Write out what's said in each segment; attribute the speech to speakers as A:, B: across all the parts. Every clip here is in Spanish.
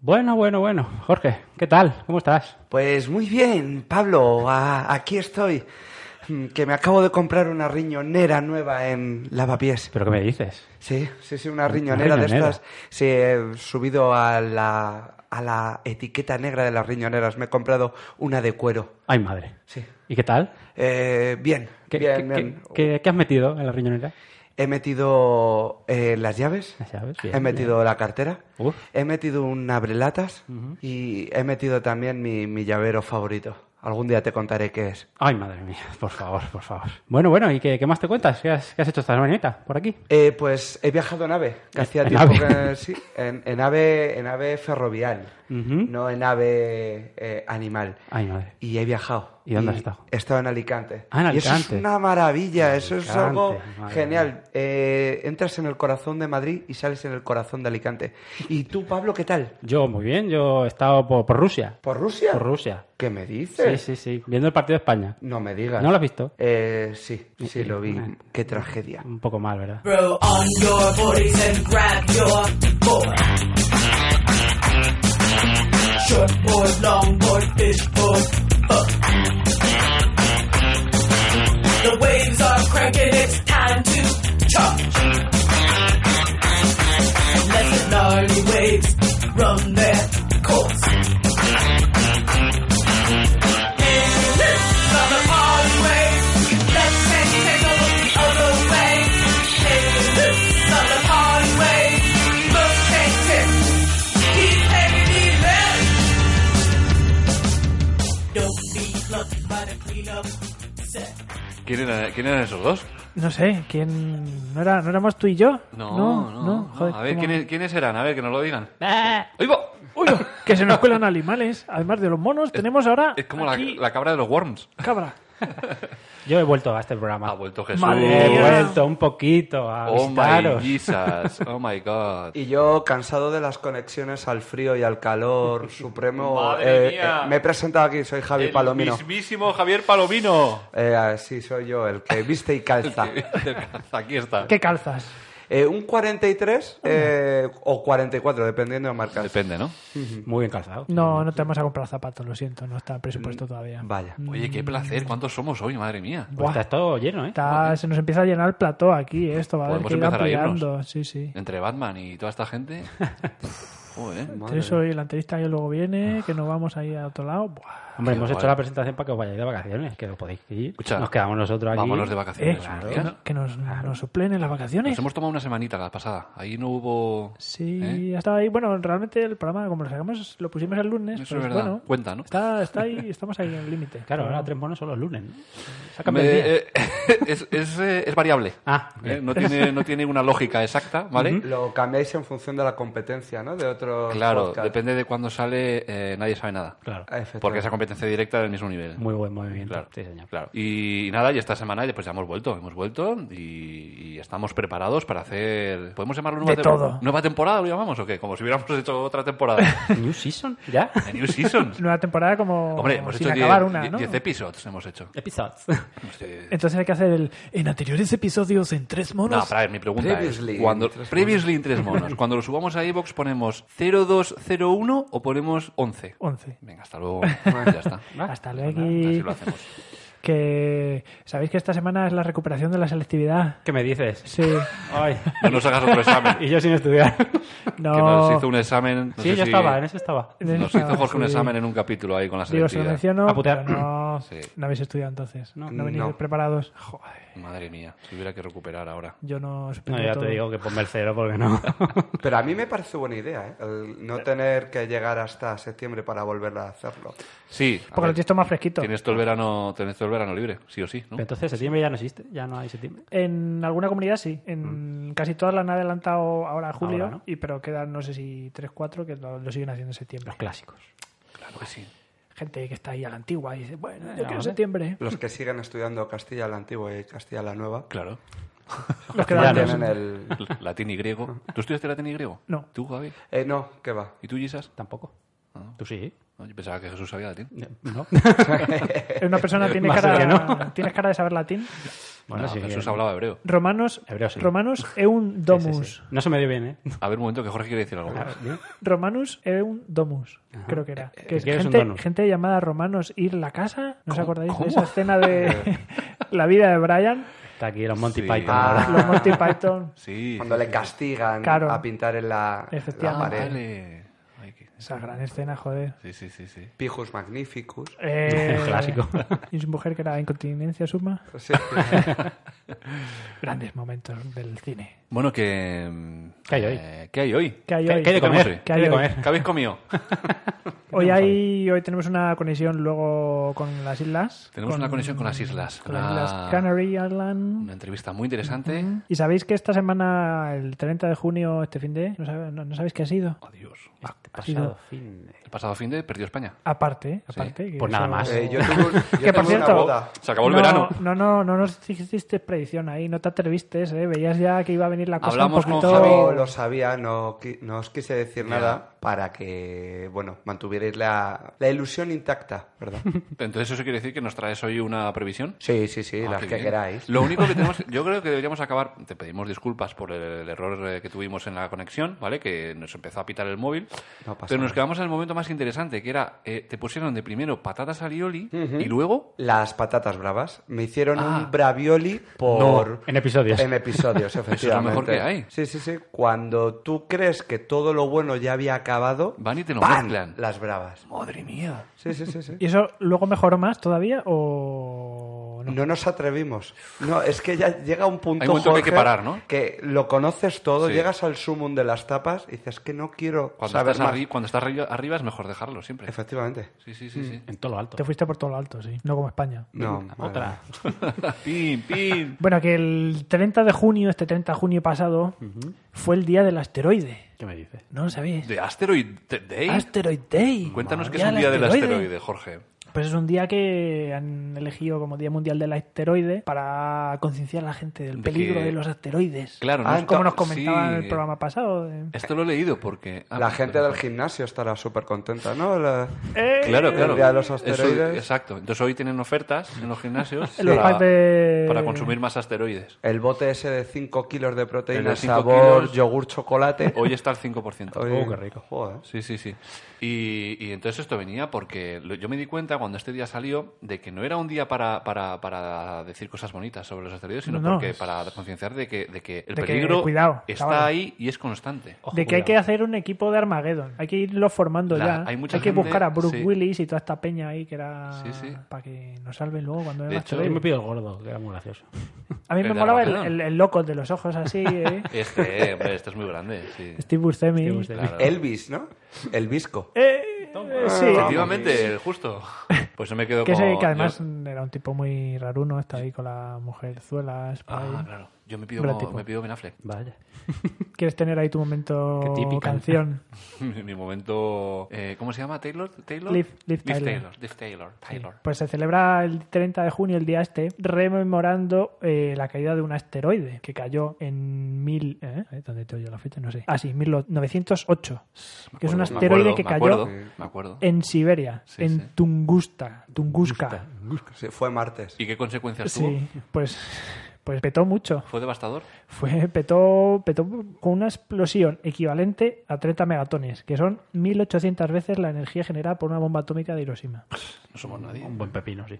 A: Bueno, bueno, bueno. Jorge, ¿qué tal? ¿Cómo estás?
B: Pues muy bien, Pablo. A- aquí estoy. mm, Que me acabo de comprar una riñonera nueva en Lavapiés.
A: ¿Pero qué me dices?
B: Sí, sí, sí, una riñonera,
A: riñonera.
B: de estas. Sí, he subido a la, a la etiqueta negra de las riñoneras. Me he comprado una de cuero.
A: Ay, madre.
B: Sí.
A: ¿Y qué tal?
B: Eh, bien,
A: ¿Qué,
B: bien,
A: qué-
B: bien.
A: qué- qué- qué has metido en la riñonera?
B: He metido eh, las llaves.
A: Las llaves, bien,
B: he metido la cartera.
A: Uf.
B: He metido un abrelatas. Y he metido también mi, mi llavero favorito. Algún día te contaré qué es.
A: Ay, madre mía. Por favor, por favor. Bueno, bueno, ¿y qué, qué más te cuentas? ¿Qué has, qué has hecho esta semanita por aquí?
B: Eh, pues he viajado en AVE, que hacía
A: en
B: tiempo
A: AVE.
B: que sí, en, en AVE, en AVE ferrovial,
A: Ujú.
B: no en AVE eh, animal.
A: Ay, madre.
B: Y he viajado.
A: ¿Y dónde has estado?
B: He estado en Alicante.
A: Ah, en
B: Y eso es
A: Alicante.
B: una maravilla, eso es
A: Alicante,
B: algo
A: madre
B: genial. Eh, entras en el corazón de Madrid y sales en el corazón de Alicante. ¿Y tú, Pablo, qué tal?
A: Yo, muy bien. Yo he estado por, por Rusia.
B: ¿Por Rusia?
A: Por Rusia.
B: ¿Qué me
A: Sí,
B: dices?
A: sí, sí. Viendo el partido de España.
B: No me digas.
A: ¿No lo has visto?
B: Eh, sí, sí, lo vi.
A: Eh.
B: Qué tragedia.
A: Un poco mal, ¿verdad?
C: Bro, on your bodies and grab your board. Short board, long board, fish board, fuck. The waves are cranking, it's time to charge. Let the gnarly waves run their course. From the party waves, let's take take over the other way. Hey, loose from the party waves, let's take it. Keep taking these risks. Don't be clucked by the cleanup set.
D: ¿Quién, era- quién eran esos dos?
E: No sé, ¿quién. ¿No, era, ¿No éramos tú y yo?
D: No, no, no.
E: joder,
D: a ver,
E: ¿cómo? ¡Ah!
D: ¿quiénes, ¿quiénes eran? A ver, que nos lo digan. ¡Oigo!
E: Uy, oh, que se nos cuelan animales. Además de los monos, tenemos ahora.
D: Es como la,
E: aquí
D: la cabra de los worms.
E: cabra.
A: Yo he vuelto a este programa.
D: Ha vuelto Jesús.
E: Madre
A: He
E: mía.
A: vuelto un poquito a
D: Oh
A: visitaros.
D: my Jesus. Oh my God.
B: Y yo, cansado de las conexiones al frío y al calor supremo,
D: Madre
B: eh,
D: mía.
B: eh, me he presentado aquí, soy Javi
D: El
B: Palomino.
D: mismísimo Javier Palomino.
B: Eh, ah, sí, soy yo, el que viste y calza.
D: Aquí está.
E: ¿Qué calzas?
B: Eh, un 43 eh, o 44, dependiendo de marcas.
D: Depende, ¿no?
A: Muy bien calzado.
E: No, no te vamos a comprar zapatos, lo siento, no está el
D: Mm,
E: presupuesto todavía.
B: Vaya.
D: Oye, qué placer. ¿Cuántos somos hoy? Madre mía.
A: Pues
E: Buah,
A: está todo lleno, ¿eh?
E: está- se nos empieza a llenar el plató aquí, ¿eh? esto va a haber
D: Podemos
E: que ir
D: empezar a irnos.
E: ampliando. Sí, sí.
D: Entre Batman y toda esta gente. Joder.
E: Tres hoy el anterista que luego viene, que nos vamos ahí a otro lado. Buah.
A: Hombre,
D: Qué
A: hemos
D: guay.
A: hecho la presentación para que os vayáis de vacaciones, que os podéis ir.
D: Escucha,
A: nos quedamos nosotros aquí.
D: Vámonos de
E: Eh,
D: vacaciones.
E: que,
D: hostias.
E: no- que nos, nos suplen en las vacaciones.
D: Nos hemos tomado una semanita la pasada. Ahí no hubo. ¿Eh?
E: Sí, ya estaba ahí. Bueno, realmente el programa, como lo sacamos, lo pusimos el lunes.
D: Eso
E: pues
D: es verdad.
E: bueno,
D: Cuenta, ¿no?
E: está, está ahí, estamos ahí en el límite.
A: Claro, ahora tres monos son los lunes. ¿no? Sácame
D: Me-
A: el día.
D: eh, es, es, eh, es variable.
A: Ah,
D: ¿Eh?
A: bien.
D: no, tiene, no tiene una lógica exacta, ¿vale?
B: Lo cambiáis en función de la competencia, ¿no? De otro.
D: Claro, depende de cuándo sale, eh, nadie sabe nada.
A: Claro.
D: Porque esa competencia directa del mismo nivel.
A: Muy buen movimiento.
D: eh, Claro,
A: Sí, señor.
D: claro. Y, nada, y esta semana ya, pues ya hemos vuelto, hemos vuelto y, y estamos preparados para hacer, podemos llamarlo nueva,
E: De
D: tem-
E: todo.
D: nueva temporada, lo llamamos o qué, como si hubiéramos hecho otra temporada,
A: New season, ¿ya?
D: The New Season.
E: Nueva temporada como
D: Hombre, hemos
E: sin
D: hecho
E: acabar
D: 10
E: una, ¿no?
D: episodios, hemos hecho. Eh,
A: Episodes.
E: Entonces hay que hacer el... En anteriores episodios, en tres monos...
D: No, pero a ver, mi pregunta
B: Previously
D: es... Cuando,
B: en tres
D: previously en tres monos. Cuando lo subamos a iVox ponemos 0201 o ponemos 11.
E: 11.
D: Venga, hasta luego. ya está.
E: Hasta luego.
D: Así lo hacemos.
E: Que... ¿Sabéis que esta semana es la recuperación de la selectividad?
A: ¿Qué me dices?
E: Sí.
A: Ay.
D: No nos hagas otro examen.
A: y yo sin estudiar.
E: No.
D: Que nos hizo un examen... no
A: sí,
D: sé
A: yo
D: si-
A: estaba, en eso estaba.
E: En eso
D: Nos hizo
E: estaba,
D: Jorge un
E: ¿eh? sí.
D: examen en un capítulo ahí con la
E: Digo, se lo
D: selectividad.
E: menciono,
A: A putear.
E: pero no,
D: Sí.
E: no habéis estudiado entonces. No, no venís
B: No.
E: preparados. Joder,
D: Madre mía, si hubiera que recuperar ahora.
E: yo no... suspendí
A: No, ya
E: todo.
A: te digo que ponme el cero porque no.
B: Pero a mí me parece buena idea, ¿eh? El no tener que llegar hasta septiembre para volver a hacerlo.
D: Sí, a
E: Porque
D: ver,
E: lo tienes todo más fresquito.
D: tienes todo el verano, tienes todo el verano libre, sí o sí, ¿no?
A: Pero entonces septiembre ya no existe, ya no hay septiembre.
E: En alguna comunidad sí, en casi todas las han adelantado ahora a julio,
A: Mm. Ahora, ¿no?
E: y pero quedan no sé si 3, 4 que lo, lo siguen haciendo en septiembre.
A: Los clásicos.
D: Claro que sí.
E: Gente que está ahí a la antigua y dice, bueno, yo
A: Vale.
E: quiero septiembre.
B: Los que siguen estudiando Castilla la Antigua y Castilla la Nueva
D: Claro.
E: Los que
B: ya
E: dan
B: tienen
E: dos.
B: el...
D: Latín y griego. ¿Tú estudiaste latín y griego?
E: No.
D: ¿Tú, Javi?
B: Eh, no, ¿qué va?
D: ¿Y tú, Gisas?
A: Tampoco.
D: Ah.
A: Tú sí. ¿eh?
D: No, Yo pensaba que Jesús sabía latín.
A: No.
E: Una persona tiene
A: Va a ser
E: cara,
A: que no.
E: tienes cara de saber latín.
A: bueno,
D: No,
A: sí.
D: Jesús
A: eh,
D: hablaba hebreo.
E: Romanos,
A: Hebreo sí.
E: Romanus eun
A: sí, sí,
E: domus.
A: sí. No se me dio bien, ¿eh?
D: A ver un momento que Jorge quiere decir algo.
A: Claro, bien.
E: Romanus eun domus, creo que era. Que es
A: Eh, ¿qué es un
E: gente,
A: donus?
E: gente llamada Romanos ir la casa. ¿No os acordáis
D: cómo?
E: de esa escena de la vida de Brian?
A: Está aquí los Monty
D: Sí.
A: Python
D: Ah,
A: ahora.
E: Los Monty Python.
D: Sí.
B: Cuando le castigan
E: Claro.
B: a pintar en la, la
E: Efectivamente.
B: pared.
D: Vale. Ay, qué-
E: Esa gran escena, joder.
D: Sí, sí, sí, sí.
B: Pijus Magnificus.
E: Eh,
A: Un clásico.
E: Y su mujer que era incontinencia suma.
B: Sí.
E: Grandes momentos del cine.
D: Bueno, que... mm,
A: ¿Qué hay hoy?
D: eh, ¿Qué hay hoy?
E: ¿Qué hay
A: ¿Qué-
E: hoy?
A: qué hay de
D: Tenemos
A: comer?
D: hoy.
A: ¿Qué hay de
E: hoy?
A: comer?
D: ¿Qué habéis comido?
E: Hoy, hay, hoy tenemos una conexión luego con las islas.
D: Tenemos una conexión con las islas.
E: Con las
D: Una-
E: islas Canary Island.
D: Una entrevista muy interesante.
E: Y sabéis que esta semana, el 30 de junio, este fin de... ¿No, sabe- no- no sabéis qué ha sido?
D: Adiós.
A: Este
E: sido-
A: pasado fin. de-
D: El pasado fin de perdió España.
E: Aparte, ¿eh? aparte. que
A: Pues nada
E: eso-
A: más.
B: Eh, yo tuve, un- yo
E: Que, por
B: tuve una
E: cierto,
B: boda.
D: Se acabó el
E: no,
D: verano.
E: No, no, no nos hiciste predicción ahí, no te atreviste, ¿eh? veías ya que iba a venir la cosa
D: Hablamos
E: un
D: con
E: poquito...
D: Javi.
B: Yo lo sabía, no, qui- no os quise decir nada para que, bueno, mantuvierais la, la ilusión intacta, ¿verdad?
D: Entonces eso quiere decir que nos traes hoy una previsión.
B: Sí, sí, sí,
D: Ah,
B: las
D: qué
B: que
D: bien.
B: queráis.
D: Lo único que tenemos, yo creo que deberíamos acabar, te pedimos disculpas por el, el error eh, que tuvimos en la conexión, ¿vale? Que nos empezó a pitar el móvil.
B: No pasa
D: pero nos
B: nada.
D: quedamos en el momento más interesante, que era, eh, te pusieron de primero patatas alioli y luego...
B: Las patatas bravas me hicieron
D: Ah.
B: un bravioli por
A: No, en episodios.
B: en episodios, efectivamente.
D: mejor que hay.
B: Sí, sí, sí. Cuando tú crees que todo lo bueno ya había acabado,
D: Van y te lo
B: ¡pam!
D: mezclan.
B: Las bravas.
D: Madre mía.
B: Sí, sí, sí, sí.
E: ¿Y eso luego mejoró más todavía o...? no?
B: No nos atrevimos. No, es que ya llega un punto,
D: Hay un momento que hay que
B: Jorge,
D: parar, ¿no?
B: que lo conoces todo,
D: Sí.
B: llegas al sumum de las tapas y dices que no quiero
D: Cuando
B: saber
D: estás,
B: más.
D: arri- cuando estás arri- arriba es mejor dejarlo siempre.
B: Efectivamente.
D: Sí, sí, sí, sí.
A: En todo lo alto.
E: Te fuiste por todo lo alto, sí, no como España.
B: No, madre
A: Otra.
B: mía.
D: pin, pin.
E: Bueno, que el 30 de junio, este 30 de junio pasado, fue el día del asteroide.
A: ¿Qué me dices?
E: ¿No lo sabéis?
D: The Asteroid Day.
E: Asteroid Day.
D: Cuéntanos
E: Madre
D: qué es
E: mía,
D: un
E: el
D: día del asteroide, Jorge.
E: Pues es un día que han elegido como Día Mundial del Asteroide para concienciar a la gente del
D: De
E: peligro
D: que-
E: de los asteroides.
D: Claro,
B: Ah,
D: es-
E: Como
B: ento-
E: nos comentaba en
D: sí.
E: el programa pasado. eh. de-
D: Esto lo he leído porque... ah,
B: La
D: pues,
B: gente
D: pero-
B: del gimnasio estará súper contenta, ¿no? La-
D: Claro,
B: El
D: claro.
B: día de los
D: Eso-
B: asteroides.
D: exacto. Entonces hoy tienen ofertas en los gimnasios
E: en Eh, los packs de-
D: para consumir más asteroides.
B: El bote ese de 5 kilos de
D: El
B: proteína,
D: de 5
B: sabor,
D: kilos.
B: yogur, chocolate.
D: Hoy está al 5%.
B: Oye,
A: Oh, qué rico.
B: joder.
D: Sí, sí, sí. Y, y entonces esto venía porque lo- yo me di cuenta cuando este día salió de que no era un día para, para, para decir cosas bonitas sobre los asteroides, sino
E: No, no,
D: porque
E: es-
D: para concienciar de que, de que el
E: de que,
D: peligro
E: cuidado,
D: está
E: chaval.
D: ahí y es constante.
A: Ojo,
E: De que hay que
A: cuidado.
E: hacer un equipo de Armageddon. Hay que irlo formando
D: La-
E: ya.
D: hay mucha
E: que
D: gente-
E: buscar a Brooke
D: sí.
E: Willis y toda esta peña ahí que era
D: Sí, sí.
E: para que nos salven luego cuando
D: De
E: venga el
D: hecho,
A: Yo me
E: asteroide.
A: pido el gordo, que era muy gracioso.
E: A mí
D: el
E: me
D: de
E: molaba el,
D: Armageddon.
E: el- el loco de los ojos así, ¿eh?
D: Este, eh, hombre, este es muy grande. Sí.
E: Steve Buscemi.
A: Steve Buscemi.
D: Claro.
B: Elvis, ¿no? El visco.
E: Eh, eh, sí.
D: Efectivamente, el justo. Pues yo me quedo
E: Que,
D: con...
E: ese, que además
D: yo-
E: era un tipo muy raruno, está ahí con la mujer Zuelas. por
D: Ah,
E: ahí.
D: claro. Yo me pido,
E: Gran
D: como-
E: tipo.
D: me pido Ben Affleck.
A: Vaya.
E: ¿Quieres tener ahí tu momento
A: Qué típica.
E: canción?
D: Mi mi momento... eh, ¿Cómo se llama? ¿Taylor? ¿Taylor?
E: Liv- Liv Tyler.
D: Taylor. Liv Taylor. Taylor.
E: Pues se celebra el 30 de junio, el día este, rememorando eh, la caída de un asteroide que cayó en mil... ¿eh? ¿Eh? ¿Dónde tengo yo la fecha? No sé. Ah, sí, 1908.
D: Me
E: Que
D: acuerdo,
E: es un
D: me
E: asteroide
D: acuerdo,
E: que
D: me
E: cayó Eh,
D: acuerdo, me acuerdo.
E: en Siberia,
D: Sí,
E: en
D: sí.
E: Tunguska. Tunguska.
B: Sí, fue martes.
D: ¿Y qué consecuencias tuvo?
E: Sí, pues, pues petó mucho.
D: ¿Fue devastador?
E: Fue, petó, petó con una explosión equivalente a 30 megatones, que son 1800 veces la energía generada por una bomba atómica de Hiroshima.
D: No somos nadie.
A: Un buen pepino, sí.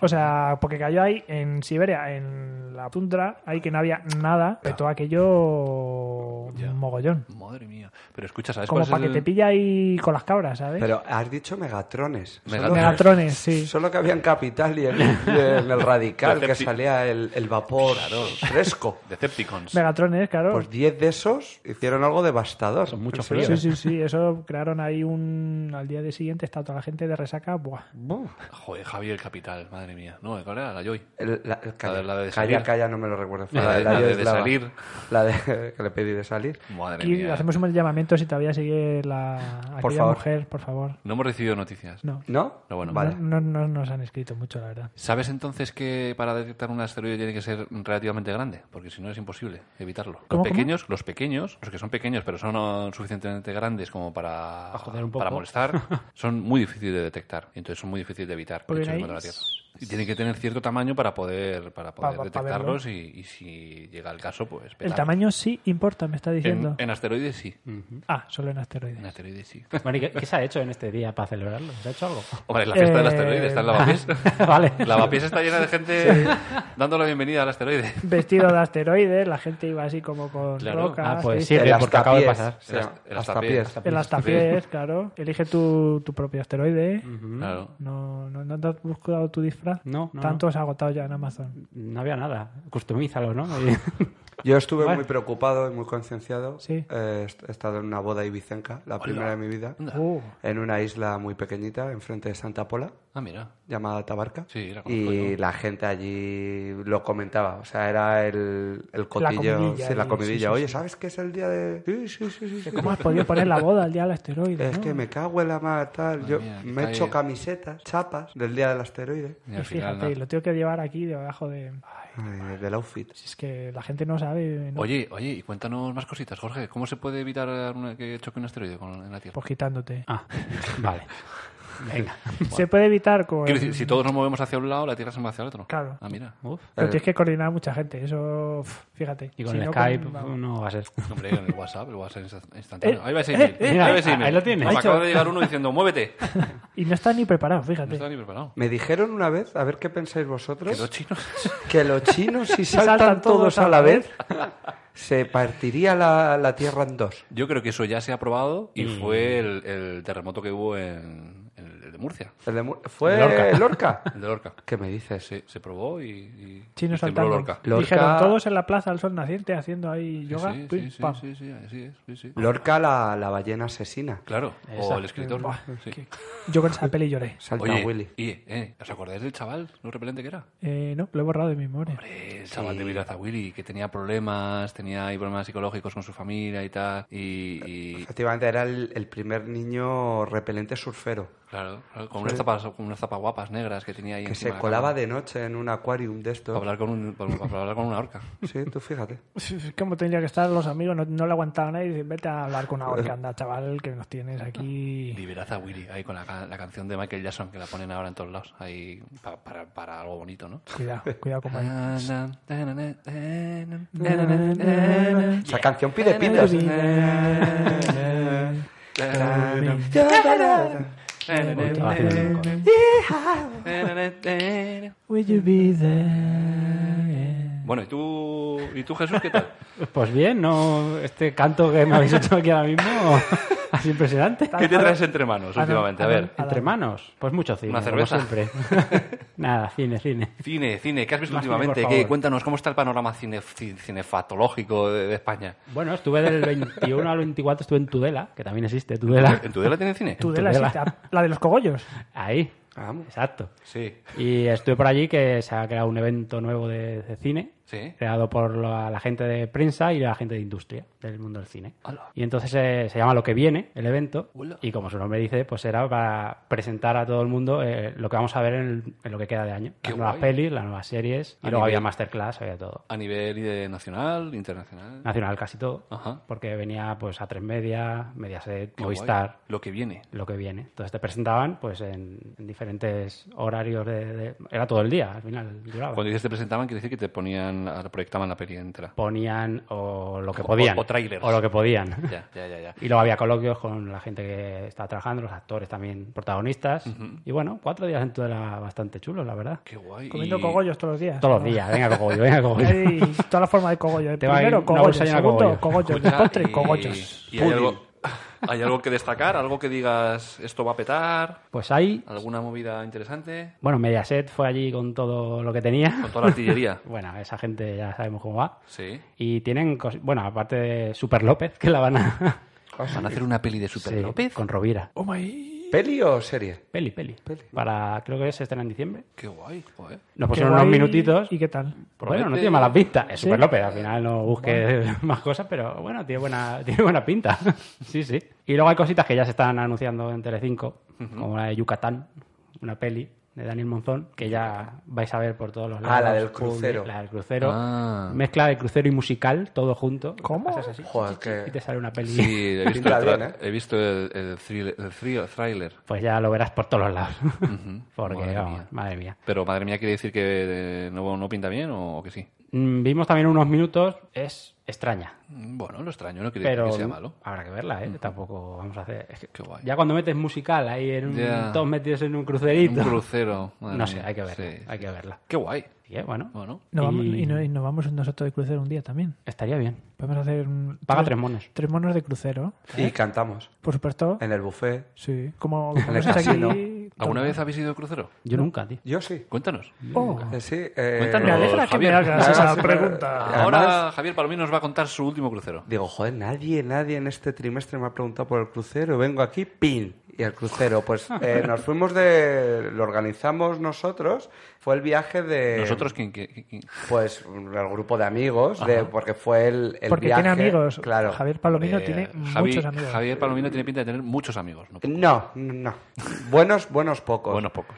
E: O sea, porque cayó ahí en Siberia, en la tundra, ahí que no había nada, petó aquello
D: Ya.
E: mogollón.
D: Madre mía. Pero escucha, ¿sabes
E: Como
D: cuál
E: para
D: es
E: que te
D: el...?
E: pilla ahí con las cabras, ¿sabes?
B: Pero has dicho megatrones.
D: Megatrones.
E: Megatrones, sí.
B: Solo que había en Capital y en, y en el Radical, que
D: Percepti-
B: salía el, el vapor. por fresco.
D: Decepticons.
E: Megatron es, claro.
B: Pues 10 de esos hicieron algo devastador.
A: Son mucho
B: ¿En serio?
D: ¿eh?
E: sí, sí, sí. Eso crearon ahí un. Al día de siguiente está toda la gente de resaca. Buah.
B: Buf.
D: Joder, Javier Capital, madre mía. No, ¿cuál era? La Joy.
B: El- la, el- calla,
D: la de
B: calla,
D: salir.
B: calla, no me lo recuerdo. Fue
D: La de- la de- de
B: Yaroslava.
D: salir.
B: La de que le pedí de salir.
D: Madre
E: Aquí
D: mía.
E: hacemos un llamamiento si todavía sigue la
B: Por
E: aquella
B: favor.
E: mujer, por favor.
D: No hemos recibido noticias.
E: No.
B: ¿No?
D: No, bueno.
B: vale.
E: No, no- no nos han escrito mucho, la verdad.
D: ¿Sabes entonces que para detectar un asteroide tiene que ser relativamente grande? Porque si no es imposible evitarlo. Los
E: ¿Cómo, cómo?
D: pequeños, los pequeños, los que son pequeños pero son oh, suficientemente grandes como para,
A: Para joder un poco.
D: para molestar, son muy difíciles de detectar. Y entonces son muy difíciles de evitar. De
E: Porque
D: hecho, es
E: ahí-
D: contra la Tierra. Y tienen que tener cierto tamaño para poder, para poder
E: pa- pa
D: detectarlos y, y si llega el caso, pues...
E: El
D: petarlo.
E: tamaño sí importa, me está diciendo.
D: En, en asteroides sí.
E: Ah, solo en asteroides.
D: En asteroides sí.
A: Bueno, ¿y qué, qué se ha hecho en este día para celebrarlo? ¿Se ha hecho algo?
D: Hombre, la fiesta del
E: Eh,
D: asteroide está en lavapiés.
A: vale.
D: lavapiés está llena de gente dando la bienvenida al asteroide.
E: Vestido de asteroides, la gente iba así como con
D: Claro.
E: rocas.
A: Ah, pues
E: ¿sí?
A: sí.
B: el
A: porque acaba de
B: Astapiés,
A: pasar.
B: se llama.
D: El ast- el
B: Astapiés.
D: Astapiés.
E: El astapiés, claro. Elige tu, tu propio asteroide.
D: Claro.
E: No, no, no te has buscado tu disfraz.
A: No, no,
E: Tanto has agotado ya en Amazon.
A: No había nada. Customízalo, ¿no? Y-
B: Yo estuve
E: Vale.
B: muy preocupado y muy concienciado.
E: Sí.
B: Eh, he estado en una boda ibicenca, la primera de mi vida,
E: Uh,
B: en una isla muy pequeñita, enfrente de Santa Pola.
D: Ah, mira.
B: llamada Tabarca.
D: Sí, la conozco
B: y
D: yo.
B: la gente allí lo comentaba. O sea, era el, el cotillo,
E: comidilla
B: sí, la
E: allí,
B: comidilla.
E: sí, sí,
B: Oye,
E: sí.
B: ¿sabes que es el día de.? Sí, sí, sí. sí, sí.
E: ¿Cómo has podido poner la boda al día del asteroide?
B: Es
E: no?
B: que me cago en la mar, tal. Yo
D: mía, qué
B: me he hecho
D: calle.
B: camisetas, chapas del día del asteroide.
D: Y
E: Y
D: al final,
E: Pues fíjate,
D: nada.
E: y lo tengo que llevar aquí debajo de... Ay,
B: Ay, eh, del outfit.
E: si es que la gente no sabe... ¿no?
D: Oye, oye, y cuéntanos más cositas, Jorge. ¿Cómo se puede evitar una- que choque un asteroide con, en la Tierra?
E: Pues quitándote.
A: Ah, vale. Venga.
E: Se puede evitar con...
D: Quiero decir, si todos nos movemos hacia un lado, la Tierra se mueve hacia el otro.
E: pues Claro.
D: Ah, mira.
A: Uf.
E: Pero tienes que coordinar a mucha gente. Eso, uf, fíjate.
A: Y con
E: Si
A: el
E: no,
A: Skype
E: con- vamos.
A: no va a ser.
D: Hombre, en el WhatsApp, el WhatsApp es instantáneo.
E: Eh,
D: ahí va ese
E: eh,
D: email.
E: eh,
A: mira,
D: ahí va ese
A: ahí-
D: email.
A: ahí lo tienes.
D: Me acaba de llegar uno diciendo, muévete.
E: Y no estás ni preparado,
D: No
E: fíjate.
D: estaba ni preparado.
B: Me dijeron una vez, a ver qué pensáis
D: Que los
B: vosotros,
D: chinos.
B: que los chinos, si
E: saltan
B: saltan, todos a la vez, se partiría la, la tierra en dos.
D: Yo creo que eso ya se ha probado y fue el, el terremoto que hubo en, en el de Murcia,
B: El de Mu- ¿Fue
A: Lorca.
B: Lorca?
D: el de Lorca.
B: ¿Qué me dices?
D: Se, se probó y, y,
E: Chinos
D: y tembló
E: saltando.
D: Lorca.
B: Lorca-
E: Dijeron todos en la plaza al sol naciente haciendo ahí yoga.
D: Sí,
E: pim,
D: sí, sí,
E: pam.
D: sí, sí, así es. sí, sí.
B: Lorca, la, la ballena asesina.
D: Claro, o el escritor.
E: Buah,
D: sí.
E: que- Yo con esa peli lloré.
B: Salta
D: Oye,
B: Willy.
D: y, eh, ¿os acordáis del chaval, lo repelente que era?
E: Eh, no, lo he borrado de mi memoria.
D: Eh, El chaval de Vilaza Willy, que tenía problemas, tenía ahí problemas psicológicos con su familia y tal. Y, y-
B: Efectivamente, era el, el primer niño repelente surfero,
D: claro, claro, con unas, tapas, con unas tapaguapas negras que tenía ahí
B: que
D: encima de
B: se
D: la
B: colaba
D: cama,
B: de noche en un aquarium de
D: Para
B: estos.
D: hablar, con un- para- para hablar con una orca.
B: Sí, tú fíjate.
E: ¿Cómo tendría que estar los amigos? No, no le aguantaban ahí. Dicen, vete a hablar con una orca, anda, chaval, que nos tienes aquí.
D: Liberaza Willy, ahí con la, ca- la canción de Michael Jackson que la ponen ahora en todos lados, ahí pa- para, para algo bonito, ¿no?
E: Cuidado, cuidado con ahí.
B: Esa canción pide pitas.
A: Estaba haciendo un coro.
E: Will you be there?
D: Bueno, ¿y tú, ¿y tú Jesús qué tal?
A: Pues bien, no este canto que me habéis hecho aquí ahora mismo es impresionante.
D: ¿Qué te traes entre manos últimamente? A ver,
A: Entre manos, pues mucho cine,
D: Una
A: como
D: cerveza.
A: siempre. Nada, cine, cine.
D: cine, cine, ¿qué has visto
A: Más cine,
D: últimamente?
A: por
D: ¿Qué?
A: favor.
D: Cuéntanos, ¿cómo está el panorama cine- ci- cinefatológico de, de España?
A: Bueno, estuve del 21 al 24, estuve en Tudela, que también existe, Tudela.
D: ¿En Tudela tiene cine?
E: Tú de la,
A: Tudela.
E: cita- la de los cogollos.
A: Ahí,
B: Vamos.
A: exacto.
D: Sí,
A: Y estuve por allí que se ha creado un evento nuevo de, de cine,
D: sí.
A: creado por la, la gente de prensa y la gente de industria del mundo del cine.
D: Ala.
A: Y entonces eh, se llama Lo que viene, el evento,
D: Hola.
A: y como su nombre dice, pues era para presentar a todo el mundo eh, lo que vamos a ver en, el- en lo que queda de año.
D: Qué
A: las nuevas
D: guay.
A: pelis, las nuevas series, y
D: A
A: luego
D: nivel-
A: había masterclass, había todo.
D: A nivel eh, nacional, internacional.
A: Nacional casi todo,
D: Ajá.
A: porque venía pues a tres media, Mediaset,
D: Qué
A: Movistar,
D: guay. Lo que viene.
A: lo que viene. Entonces te presentaban pues en, en diferentes horarios de, de- Era todo el día, al final duraba.
D: Cuando dices te presentaban, quiere decir que te ponían, la- proyectaban la peli entera.
A: Ponían o lo que
D: O-
A: podían.
D: o trailers.
A: lo que podían.
D: Ya, ya, ya, ya.
A: Y luego había coloquios con la gente que estaba trabajando, los actores también protagonistas. Y bueno, cuatro días en Tudela bastante chulos, la verdad.
D: Qué guay.
E: Comiendo
D: Y-
E: cogollos todos los días.
A: Todos los días, venga cogollo, venga cogollo.
E: Hay toda la forma de cogollo. El
A: Te va a ir
E: primero,
A: una
E: cogollos.
A: bolsa llena de
E: segundo,
A: cogollos.
E: cogollos.
D: Escucha,
E: Después tres
D: y-
E: cogollos.
D: Y, hay algo, ¿Hay algo que destacar? ¿Algo que digas esto va a petar?
A: Pues ahí,
D: ¿Alguna movida interesante?
A: bueno, Mediaset fue allí con todo lo que tenía.
D: Con toda la artillería.
A: Bueno, esa gente ya sabemos cómo va.
D: Sí.
A: Y tienen, cos- bueno, aparte de Super López, que la van a...
D: Van a hacer una peli de Super
A: Sí,
D: López. Oh
A: Con Rovira.
B: ¿Peli o serie?
A: Peli, peli.
B: Peli.
A: Para, creo que se estrena en diciembre.
D: Qué guay, joder.
A: Nos
E: Qué
A: pusieron Pues unos
E: guay.
A: minutitos.
E: ¿Y qué tal?
A: Bueno, no
D: Promete-
A: tiene mala pinta. Es Super López, al final no busque más cosas, pero bueno, tiene buena, tiene buena pinta. sí, sí. Y luego hay cositas que ya se están anunciando en Telecinco, como la de Yucatán, una peli de Daniel Monzón, que ya vais a ver por todos los lados.
B: Ah, la del crucero.
A: La del crucero.
D: Ah.
A: Mezcla de crucero y musical, todo junto.
E: ¿Cómo?
A: Haces así,
B: Joder,
A: chi, chi,
B: que-
A: Y te sale una peli.
D: Sí, he visto,
B: Pinta
D: el,
B: bien,
D: tra-
B: ¿eh?
D: he visto el- el thriller, el thrill- thriller.
A: Pues ya lo verás por todos los lados. Porque,
D: Madre
A: madre vamos,
D: mía.
A: mía. madre mía.
D: Pero madre mía, ¿quiere decir que eh, no, no pinta bien o, o que sí?
A: Mm, Vimos también unos minutos, es extraña.
D: Mm, Bueno, lo extraño, no quiere
A: Pero
D: decir que sea malo.
A: habrá que verla, ¿eh? Tampoco vamos a hacer... es que
D: Qué guay.
A: Ya cuando metes musical ahí, en un-
D: Ya.
A: todos metidos en un
D: Un
A: crucerito.
D: crucero. madre
A: no sé,
D: mía.
A: hay que verla.
D: Sí.
A: Hay que verla.
D: Qué guay.
A: Así que, bueno,
D: Bueno,
E: Nos
A: Y-
E: vamos- y, no- y nos vamos nosotros de crucero un día también.
A: estaría bien.
E: Podemos hacer... un-
A: Paga tres monos.
E: Tres monos de crucero.
B: Y cantamos.
E: Por supuesto.
B: En el buffet.
E: Sí. Como,
B: el
E: como es aquí...
B: casino.
D: ¿alguna vez habéis ido de crucero?
A: Yo nunca, tío.
B: Yo sí.
D: Cuéntanos.
E: Oh,
B: Eh, Sí. eh,
D: Ah. Cuéntanos.
E: me alegra que me
D: Javier.
E: hagas
B: Nada,
E: esa
B: sí,
E: pregunta.
B: pero-
D: Ahora
B: además-
D: Javier Palomino nos va a contar su último crucero.
B: Digo, joder, nadie, nadie en este trimestre me ha preguntado por el crucero. Vengo aquí, pin. Y el crucero, pues eh, nos fuimos de... Lo organizamos nosotros. Fue el viaje de...
D: Nosotros, ¿quién, quién- quién- quién?
B: Pues el grupo de amigos, de, porque fue el, el
E: Porque
B: viaje...
E: tiene amigos.
B: Claro.
E: Javier Palomino tiene
D: Eh, Javi-
E: muchos amigos.
D: Javier Palomino tiene pinta de tener muchos amigos. ¿no?
B: No, no. Buenos, buenos pocos.
D: Buenos pocos.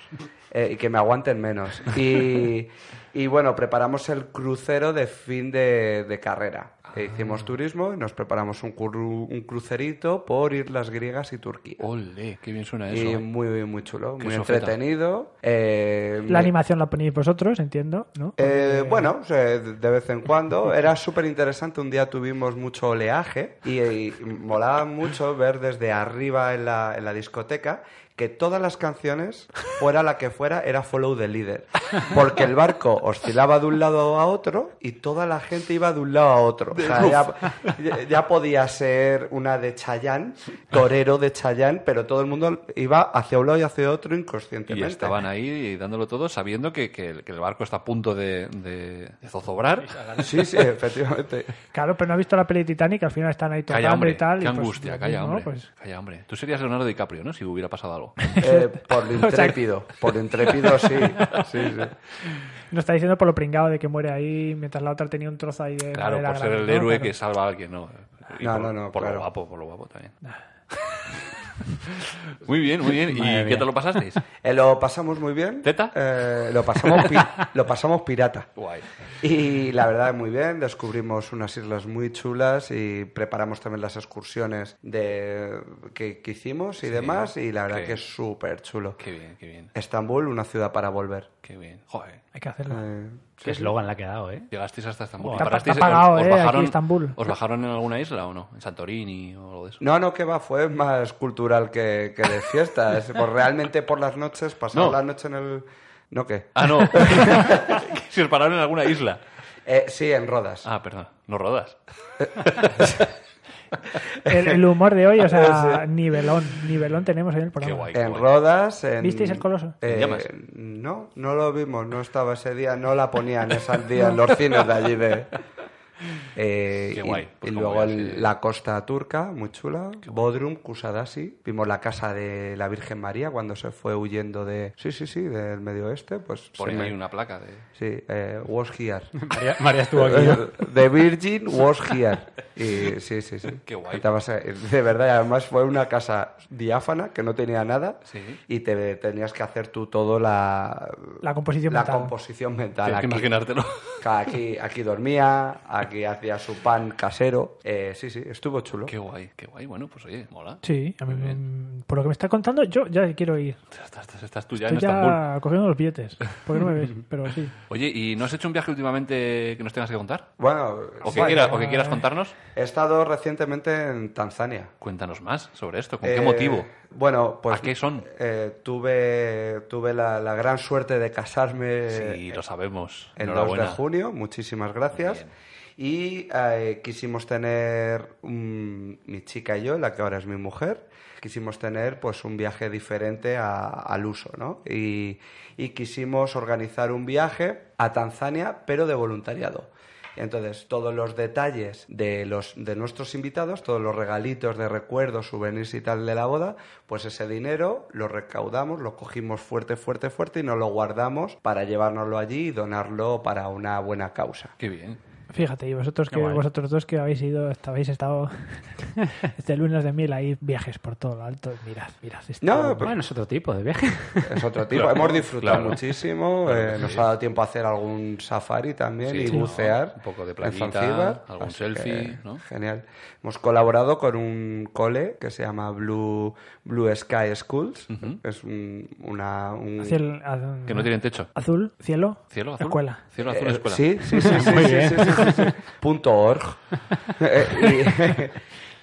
B: Eh, y que me aguanten menos. Y, y bueno, preparamos el crucero de fin de, de carrera.
E: Ah.
B: E hicimos turismo y nos preparamos un, curru- un crucerito por Islas Griegas y Turquía.
D: Ole, qué bien suena
B: y
D: eso. ¿eh?
B: muy, muy chulo,
D: Qué
B: muy
D: sofeta.
B: entretenido. Eh,
E: La
B: me-
E: animación la ponéis vosotros, entiendo, ¿no?
B: eh, bueno, o sea, de de vez en cuando. Era súper interesante. Un día tuvimos mucho oleaje y, y molaba mucho ver desde arriba en la, en la discoteca que todas las canciones, fuera la que fuera, era follow the leader. Porque el barco oscilaba de un lado a otro y toda la gente iba de un lado a otro. O sea, ya, ya podía ser una de Chayán, torero de Chayán, pero todo el mundo iba hacia un lado y hacia otro
D: Y
B: inconscientemente.
D: estaban ahí dándolo todo sabiendo que, que el, que el barco está a punto de, de- de zozobrar.
B: Sí, sí, efectivamente.
E: Claro, pero no ha visto la peli de Titanic, al final están ahí
D: Calla,
E: tocando y
D: hombre.
E: tal. y
D: Qué
E: pues,
D: angustia,
E: lo
D: calla,
E: mismo,
D: hombre.
E: pues,
D: Calla, hombre. Tú serías Leonardo DiCaprio, ¿no? Si hubiera pasado algo.
B: Eh, por lo intrépido, por lo intrépido sí. sí, sí.
E: nos está diciendo por lo pringado de que muere ahí, mientras la otra tenía un trozo ahí de
D: Claro,
E: madera
D: por ser
E: grande,
D: el
E: ¿no?
D: héroe
E: Claro.
D: que salva a alguien, ¿no? Y
B: No,
D: por,
B: no, no,
D: Por lo
B: claro.
D: guapo, por lo guapo también. Muy bien, muy bien. ¿Y
A: Madre
D: qué
A: mía.
D: te lo pasasteis?
B: Eh, lo pasamos muy bien.
D: ¿Teta?
B: Eh, lo, pasamos pi- lo pasamos pirata.
D: Guay.
B: Y la verdad, muy bien. Descubrimos unas islas muy chulas y preparamos también las excursiones de, que, que hicimos y demás. Y la verdad
D: Qué-
B: que es súper chulo.
D: Qué bien, qué bien,
B: Estambul, una ciudad para volver.
D: qué bien. Joder.
E: Hay que hacerlo.
B: Eh,
A: Qué eslogan le ha quedado, ¿eh?
D: Llegasteis hasta Estambul.
E: Buah,
D: ¿Y
E: está-
D: parasteis-
E: está pagado,
D: os- os
E: eh, aquí
D: bajaron-
E: Estambul.
D: ¿Os bajaron en alguna isla o no? ¿En Santorini o algo de eso?
B: No, no, que va, fue más cultural que, que de fiestas. Pues realmente por las noches, pasar
D: No.
B: la noche en el... ¿No qué?
D: Ah, no. si os pararon en alguna isla.
B: Eh, sí, en Rodas.
D: Ah, perdón. No rodas.
E: El, el humor de hoy, o sea, nivelón, nivelón tenemos ahí en el programa.
D: Qué guay.
B: En Rodas. En,
E: ¿Visteis el Coloso?
B: Eh,
D: ¿En llamas?
B: no, no lo vimos, no estaba ese día, no la ponían ese día en los cines de allí de. Eh,
D: Qué
B: y,
D: guay, pues
B: y
D: como
B: luego
D: voy a
B: el-
D: ser-
B: la costa turca, muy chula, Bodrum, Kusadasi. Vimos la casa de la Virgen María cuando se fue huyendo de. Sí, sí, sí, del Medio Oeste. Pues
D: Por
B: se
D: ahí
B: me-
D: hay una placa de...
B: Sí, eh, was here.
A: María, María estuvo aquí, ¿no?
B: The Virgin was here. Y, sí, sí, sí.
D: Qué guay.
B: Te vas a- de verdad, y además fue una casa diáfana que no tenía nada
D: Sí.
B: y te tenías que hacer tú todo la,
E: La composición
B: la
E: mental.
B: composición mental.
D: Tienes que
B: Aquí,
D: imaginártelo.
B: aquí, aquí dormía, aquí hacía su pan casero. Eh, sí, sí, estuvo chulo.
D: Qué guay, qué guay. Bueno, pues oye, mola.
E: Sí, a mí, mm, por lo que me está contando, yo ya quiero ir.
D: Estás, estás- estás tú ya en
E: Estoy
D: Estambul.
E: ya cogiendo los billetes. Porque no me ves, pero sí.
D: Oye, ¿y no has hecho un viaje últimamente que nos tengas que contar?
B: Bueno,
D: ¿O que,
B: bueno,
D: quieras,
E: Eh,
D: o que quieras contarnos?
B: he estado recientemente en Tanzania.
D: Cuéntanos más sobre esto. ¿Con qué
B: Eh,
D: motivo?
B: Bueno, pues.
D: ¿A qué son?
B: eh, tuve tuve la, la gran suerte de casarme
E: eh,
D: Sí, lo sabemos.
B: el 2 de
D: Enhorabuena.
B: junio, muchísimas gracias.
D: Muy bien.
B: Y eh, quisimos tener, un- mi chica y yo, la que ahora es mi mujer, quisimos tener pues un viaje diferente a- al uso, ¿no? Y, y quisimos organizar un viaje a Tanzania, pero de voluntariado. Entonces, todos los detalles de, los, de nuestros invitados, todos los regalitos de recuerdos, souvenirs y tal de la boda, pues ese dinero lo recaudamos, lo cogimos fuerte, fuerte, fuerte y nos lo guardamos para llevárnoslo allí y donarlo para una buena causa.
D: Qué bien.
E: Fíjate, y vosotros que
A: Qué guay.
E: vosotros dos que habéis ido, hasta habéis estado este lunes de miel ahí, viajes por todo lo alto, mirad, mirad. esto-
B: No, pero-
A: Bueno, es otro tipo de viaje.
B: Es otro tipo.
D: Claro,
B: Hemos disfrutado
D: claro.
B: muchísimo,
D: Claro
B: eh,
D: que sí.
B: nos ha dado tiempo a hacer algún safari también
D: Sí,
B: y
D: sí.
B: bucear.
D: Un poco de
B: en
D: playita,
B: Zanzíbar.
D: algún
B: Así que,
D: selfie, ¿no?
B: Genial. Hemos colaborado con un cole que se llama Blue, Blue Sky Schools. Es un, una... un-
E: Ciel- az-
D: Que no tienen techo.
E: Azul, cielo,
D: Cielo azul.
E: escuela.
D: Cielo azul,
B: Eh,
D: escuela.
B: Sí, sí, sí, sí, sí, sí, sí, sí, sí. Punto org. Eh,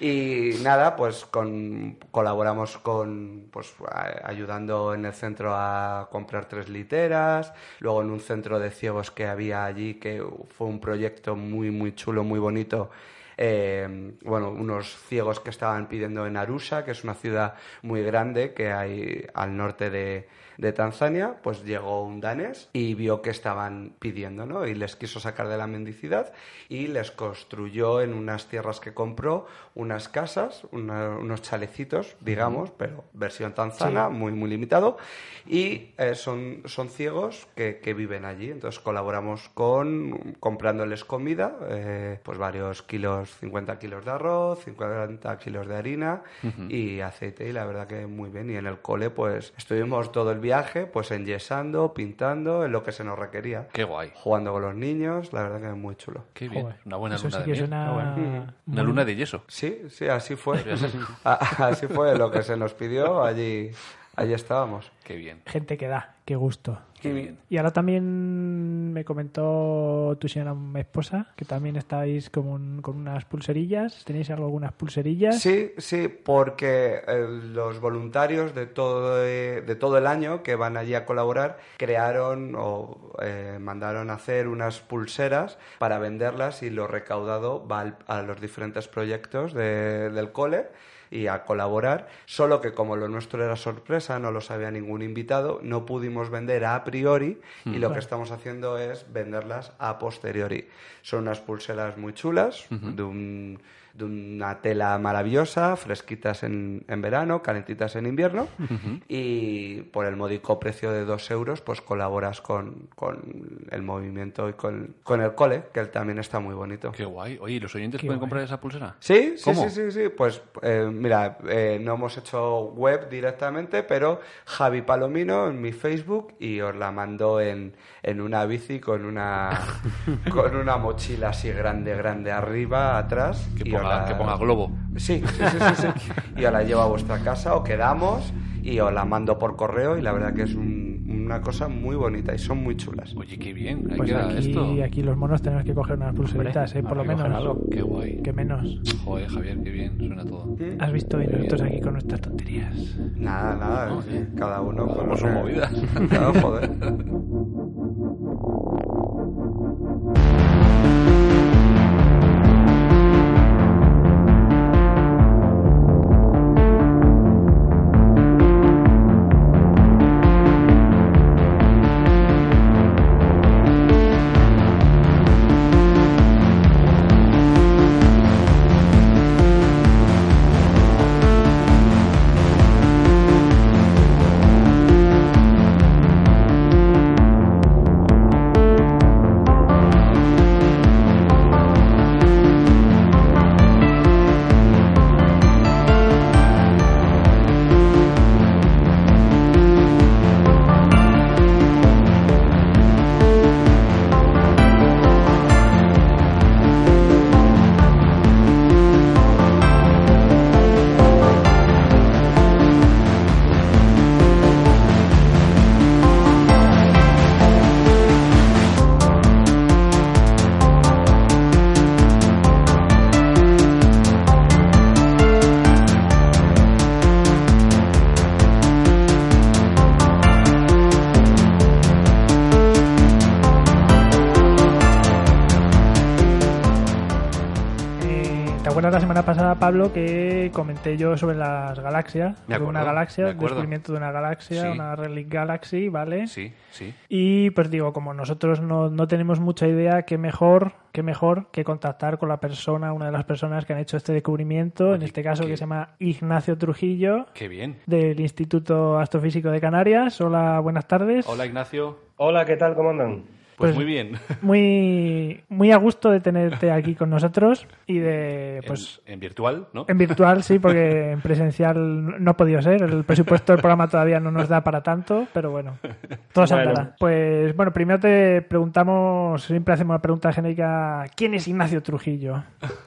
B: y, y nada, pues con, colaboramos con, pues a- ayudando en el centro a comprar tres literas, luego en un centro de ciegos que había allí, que fue un proyecto muy, muy chulo, muy bonito. eh, bueno, unos ciegos que estaban pidiendo en Arusha, que es una ciudad muy grande que hay al norte de, de Tanzania, pues llegó un danés y vio que estaban pidiendo, ¿no? Y les quiso sacar de la mendicidad y les construyó en unas tierras que compró unas casas, una- unos chalecitos, digamos, pero versión tanzana, muy, muy limitado. Y eh, son, son ciegos que, que viven allí, entonces colaboramos con comprándoles comida, eh, pues varios kilos, 50 kilos de arroz, 50 kilos de harina y aceite, y la verdad que muy bien. Y en el cole, pues estuvimos todo el viaje, pues enyesando, pintando, en lo que se nos requería.
D: Qué guay.
B: Jugando con los niños, la verdad que es muy chulo.
D: Qué bien.
E: Joder,
D: Una buena
E: Eso
D: luna
E: sí
D: de
E: que
D: miel.
E: suena...
D: Una luna de yeso.
B: Sí, sí, así fue. A- así fue lo que se nos pidió, allí, allí estábamos.
D: Qué bien.
E: Gente que da, qué gusto.
D: Qué bien.
E: Y ahora también me comentó tu señora mi esposa que también estáis con, un- con unas pulserillas. ¿Tenéis algunas pulserillas?
B: Sí, sí, porque eh, los voluntarios de todo, eh, de todo el año que van allí a colaborar crearon o eh, mandaron a hacer unas pulseras para venderlas y lo recaudado va al- a los diferentes proyectos de- del cole y a colaborar, solo que como lo nuestro era sorpresa, no lo sabía ningún invitado, no pudimos vender a priori y lo que estamos haciendo es venderlas a posteriori. Son unas pulseras muy chulas, de, un- de una tela maravillosa, fresquitas en, en verano, calentitas en invierno y por el módico precio de dos euros pues colaboras con, con el movimiento y con, con el cole, que él también está muy bonito.
D: Qué guay. Oye, ¿y ¿los oyentes
E: Qué
D: pueden
E: guay.
D: comprar esa pulsera?
B: Sí, sí,
D: ¿Cómo?
B: sí, sí, sí. Pues eh, mira, eh, no hemos hecho web directamente, pero Javi Palomino en mi Facebook y os la mandó en, en una bici con una con una mochila así grande, grande arriba, atrás.
D: Que
B: y os
D: ponga,
B: la-
D: que ponga globo.
B: Sí, sí, sí, sí, sí. Y os la llevo a vuestra casa o quedamos y os la mando por correo y la verdad que es un- una cosa muy bonita y son muy chulas.
D: Oye, qué bien. Ahí
E: Pues
D: queda esto.
E: aquí, aquí los monos tenemos que coger unas pulseritas, ¿eh? por lo
A: habrá que
E: menos.
A: coger algo.
D: Qué guay.
E: Que menos.
D: Joder, Javier, qué bien. Suena todo.
E: Has visto y nosotros aquí con nuestras tonterías.
B: Nada, nada, cada uno con
D: Como
B: lo
D: son
B: que-
D: movidas.
B: Claro, joder.
E: Eh, Pablo que comenté yo sobre las galaxias.
D: Me acuerdo,
E: sobre una galaxia,
D: me
E: el
D: acuerdo.
E: descubrimiento de una galaxia,
D: Sí.
E: una Relic Galaxy, ¿vale?
D: Sí, sí.
E: Y pues digo, como nosotros no, no tenemos mucha idea, qué mejor, qué mejor que contactar con la persona, una de las personas que han hecho este descubrimiento, en
D: Oye,
E: este caso
D: qué-
E: que se llama Ignacio Trujillo,
D: Qué bien.
E: del Instituto Astrofísico de Canarias. Hola, buenas tardes.
D: Hola, Ignacio.
F: Hola, ¿qué tal? ¿Cómo andan?
D: Pues, muy
E: Pues-
D: bien.
E: Muy, muy a gusto de tenerte aquí con nosotros y de pues
D: en, en virtual, ¿no?
E: en virtual sí, porque en presencial no ha podido ser. El presupuesto del programa todavía no nos da para tanto, pero bueno, todo se
F: Bueno.
E: andará. Pues bueno, primero te preguntamos, siempre hacemos la pregunta genérica, ¿quién es Ignacio Trujillo?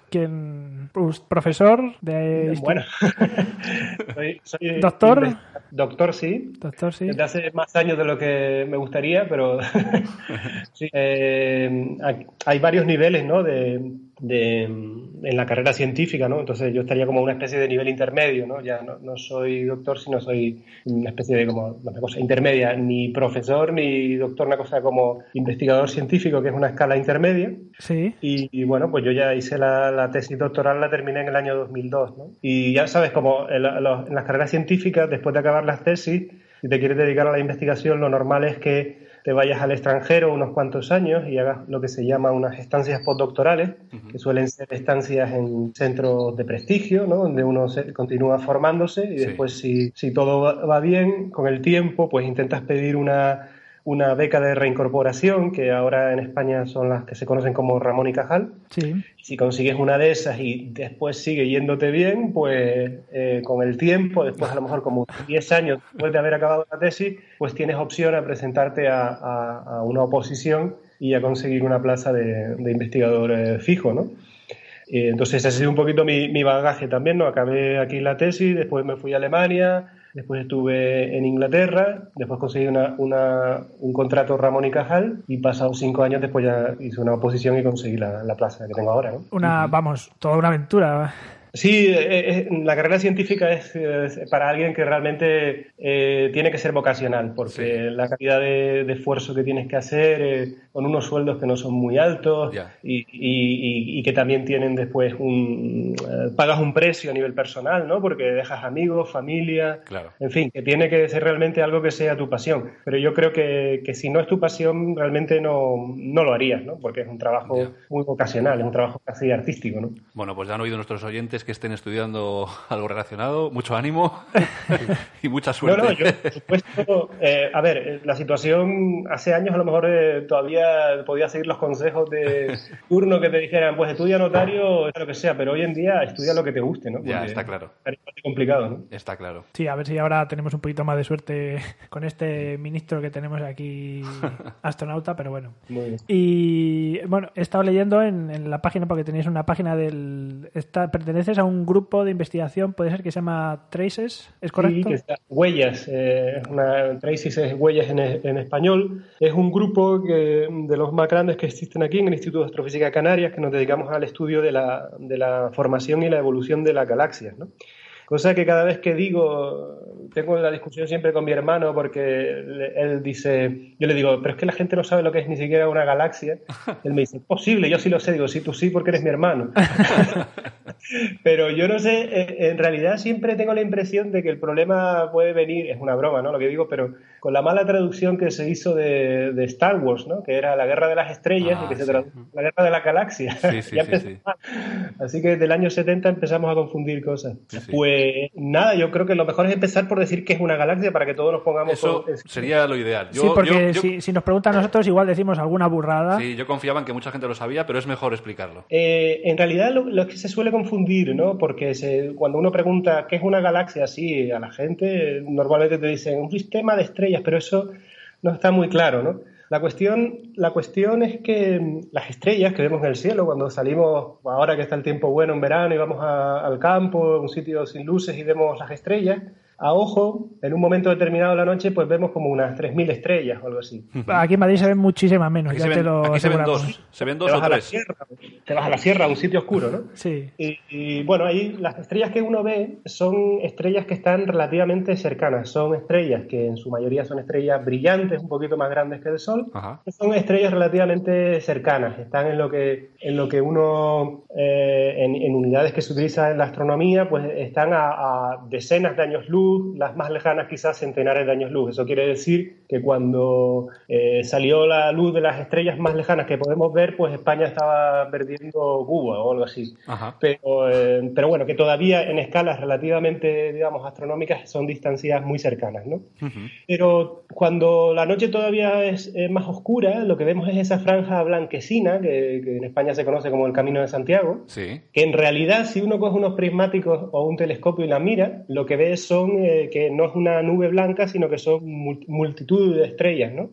E: ¿Quién, pues, profesor de...
F: Bueno, soy, soy
E: ¿Doctor?
F: inves- Doctor, sí.
E: Doctor, sí.
F: Desde hace más años de lo que me gustaría, pero sí, eh, hay- hay varios niveles ¿no? de, de- en la carrera científica, ¿no? entonces yo estaría como una especie de nivel intermedio, ¿no? ya no, no soy doctor, sino soy una especie de como una cosa intermedia, ni profesor ni doctor, una cosa como investigador científico, que es una escala intermedia.
E: Sí.
F: Y, y, bueno, pues yo ya hice la, la tesis doctoral, la terminé en el año 2002, ¿no? Y ya sabes, como en, la- los- en las carreras científicas, después de acabar las tesis, si te quieres dedicar a la investigación, lo normal es que te vayas al extranjero unos cuantos años y hagas lo que se llama unas estancias postdoctorales, que suelen ser estancias en centros de prestigio, ¿no? Donde uno se- continúa formándose y
D: Sí.
F: después, si, si todo va- va bien, con el tiempo, pues intentas pedir una una beca de reincorporación, que ahora en España son las que se conocen como Ramón y Cajal.
E: Sí.
F: Si consigues una de esas y después sigue yéndote bien, pues eh, con el tiempo, después a lo mejor como 10 años después de haber acabado la tesis, pues tienes opción a presentarte a, a- a una oposición y a conseguir una plaza de, de investigador eh, fijo, ¿no? Eh, entonces ese ha sido un poquito mi, mi bagaje también, ¿no? Acabé aquí la tesis, después me fui a Alemania, después estuve en Inglaterra, después conseguí una, una- un contrato Ramón y Cajal y pasados cinco años después ya hice una oposición y conseguí la, la plaza que tengo ahora, ¿no?
E: Una, vamos, toda una aventura.
F: Sí, eh, eh, la carrera científica es, eh, para alguien que realmente eh, tiene que ser vocacional, porque la cantidad de, de esfuerzo que tienes que hacer eh, con unos sueldos que no son muy altos
D: Ya.
F: y, y- y- y que también tienen después un... eh, pagas un precio a nivel personal, ¿no? Porque dejas amigos, familia,
D: Claro.
F: en fin, que tiene que ser realmente algo que sea tu pasión. Pero yo creo que, que si no es tu pasión, realmente no, no lo harías, ¿no? Porque es un trabajo
D: Ya.
F: muy vocacional, es un trabajo casi artístico, ¿no?
D: Bueno, pues ya han oído nuestros oyentes que estén estudiando algo relacionado. Mucho ánimo y mucha
F: No,
D: suerte.
F: no, yo, por supuesto, eh, a ver, eh, la situación hace años a lo mejor eh, todavía podía seguir los consejos de turno que te dijeran, pues estudia notario, lo que sea, pero hoy en día estudia lo que te guste, ¿no?
D: Ya,
F: Porque
D: está claro.
F: Es bastante complicado, ¿no?
D: Está claro.
E: Sí, a ver si ahora tenemos un poquito más de suerte con este ministro que tenemos aquí, astronauta, pero bueno.
F: Muy bien.
E: Y bueno, he estado leyendo en, en la página, porque tenéis una página del... Está, perteneces a un grupo de investigación, puede ser que se llama Traces, ¿es correcto?
F: Sí, que está- Huellas, eh, es una, Traces es Huellas en, en español. Es un grupo que- de los más grandes que existen aquí en el Instituto de Astrofísica de Canarias que nos dedicamos al estudio de la, de la formación y la evolución de las galaxias. ¿no? Cosa que cada vez que digo, tengo la discusión siempre con mi hermano porque le- él dice, yo le digo, pero es que la gente no sabe lo que es ni siquiera una galaxia. Él me dice, posible, yo sí lo sé, digo, sí, tú sí porque eres mi hermano. Pero yo no sé, eh, en realidad siempre tengo la impresión de que el problema puede venir, es una broma, ¿no? Lo que digo, pero con la mala traducción que se hizo de, de Star Wars, ¿no? Que era la guerra de las estrellas
D: Ah,
F: y que se
D: sí.
F: tradujo la guerra de la galaxia.
D: Sí, sí,
F: Ya
D: sí, sí.
F: empezó- Así que desde el año 70 empezamos a confundir cosas.
D: Sí, sí.
F: Pues nada, yo creo que lo mejor es empezar por decir que es una galaxia para que todos nos pongamos.
D: Eso
F: con- es-
D: sería lo ideal. Yo,
E: sí, porque
D: yo- yo-
E: Si, si nos preguntan a nosotros igual decimos alguna burrada.
D: sí, yo confiaba en que mucha gente lo sabía, pero es mejor explicarlo.
F: Eh, en realidad lo, lo que se suele confundir, ¿no? Porque se- cuando uno pregunta qué es una galaxia así a la gente, eh, normalmente te dicen un sistema de estrellas, pero eso no está muy claro, ¿no? La cuestión, la cuestión es que mm, las estrellas que vemos en el cielo cuando salimos, ahora que está el tiempo bueno en verano y vamos a- al campo, a un sitio sin luces y vemos las estrellas, a ojo, en un momento determinado de la noche, pues vemos como unas 3.000 estrellas o algo así.
E: Aquí en Madrid se ven muchísimas menos,
D: Aquí
E: ya
D: se
E: te
D: ven,
E: lo
D: aquí se ven
E: aseguramos.
D: dos. Se ven
F: Te
D: dos o
F: vas a la
D: tres.
F: sierra, te vas a la sierra, a un sitio oscuro, ¿no?
E: Sí.
F: Y, y, bueno, ahí las estrellas que uno ve son estrellas que están relativamente cercanas. Son estrellas que en su mayoría son estrellas brillantes, un poquito más grandes que el Sol.
D: Ajá.
F: Son estrellas relativamente cercanas. Están en lo que, en lo que uno, eh, en, en unidades que se utilizan en la astronomía, pues están a, a decenas de años luz, las más lejanas quizás centenares de años luz. Eso quiere decir que cuando eh, salió la luz de las estrellas más lejanas que podemos ver, pues España estaba perdiendo Cuba o algo así
D: Ajá.
F: pero, eh, pero bueno, que todavía en escalas relativamente, digamos, astronómicas son distancias muy cercanas, ¿no? Pero cuando la noche todavía es eh, más oscura, lo que vemos es esa franja blanquecina, que, que en España se conoce como el Camino de Santiago,
D: Sí.
F: que en realidad si uno coge unos prismáticos o un telescopio y la mira, lo que ve son eh, que no es una nube blanca, sino que son mul- multitud de estrellas, ¿no?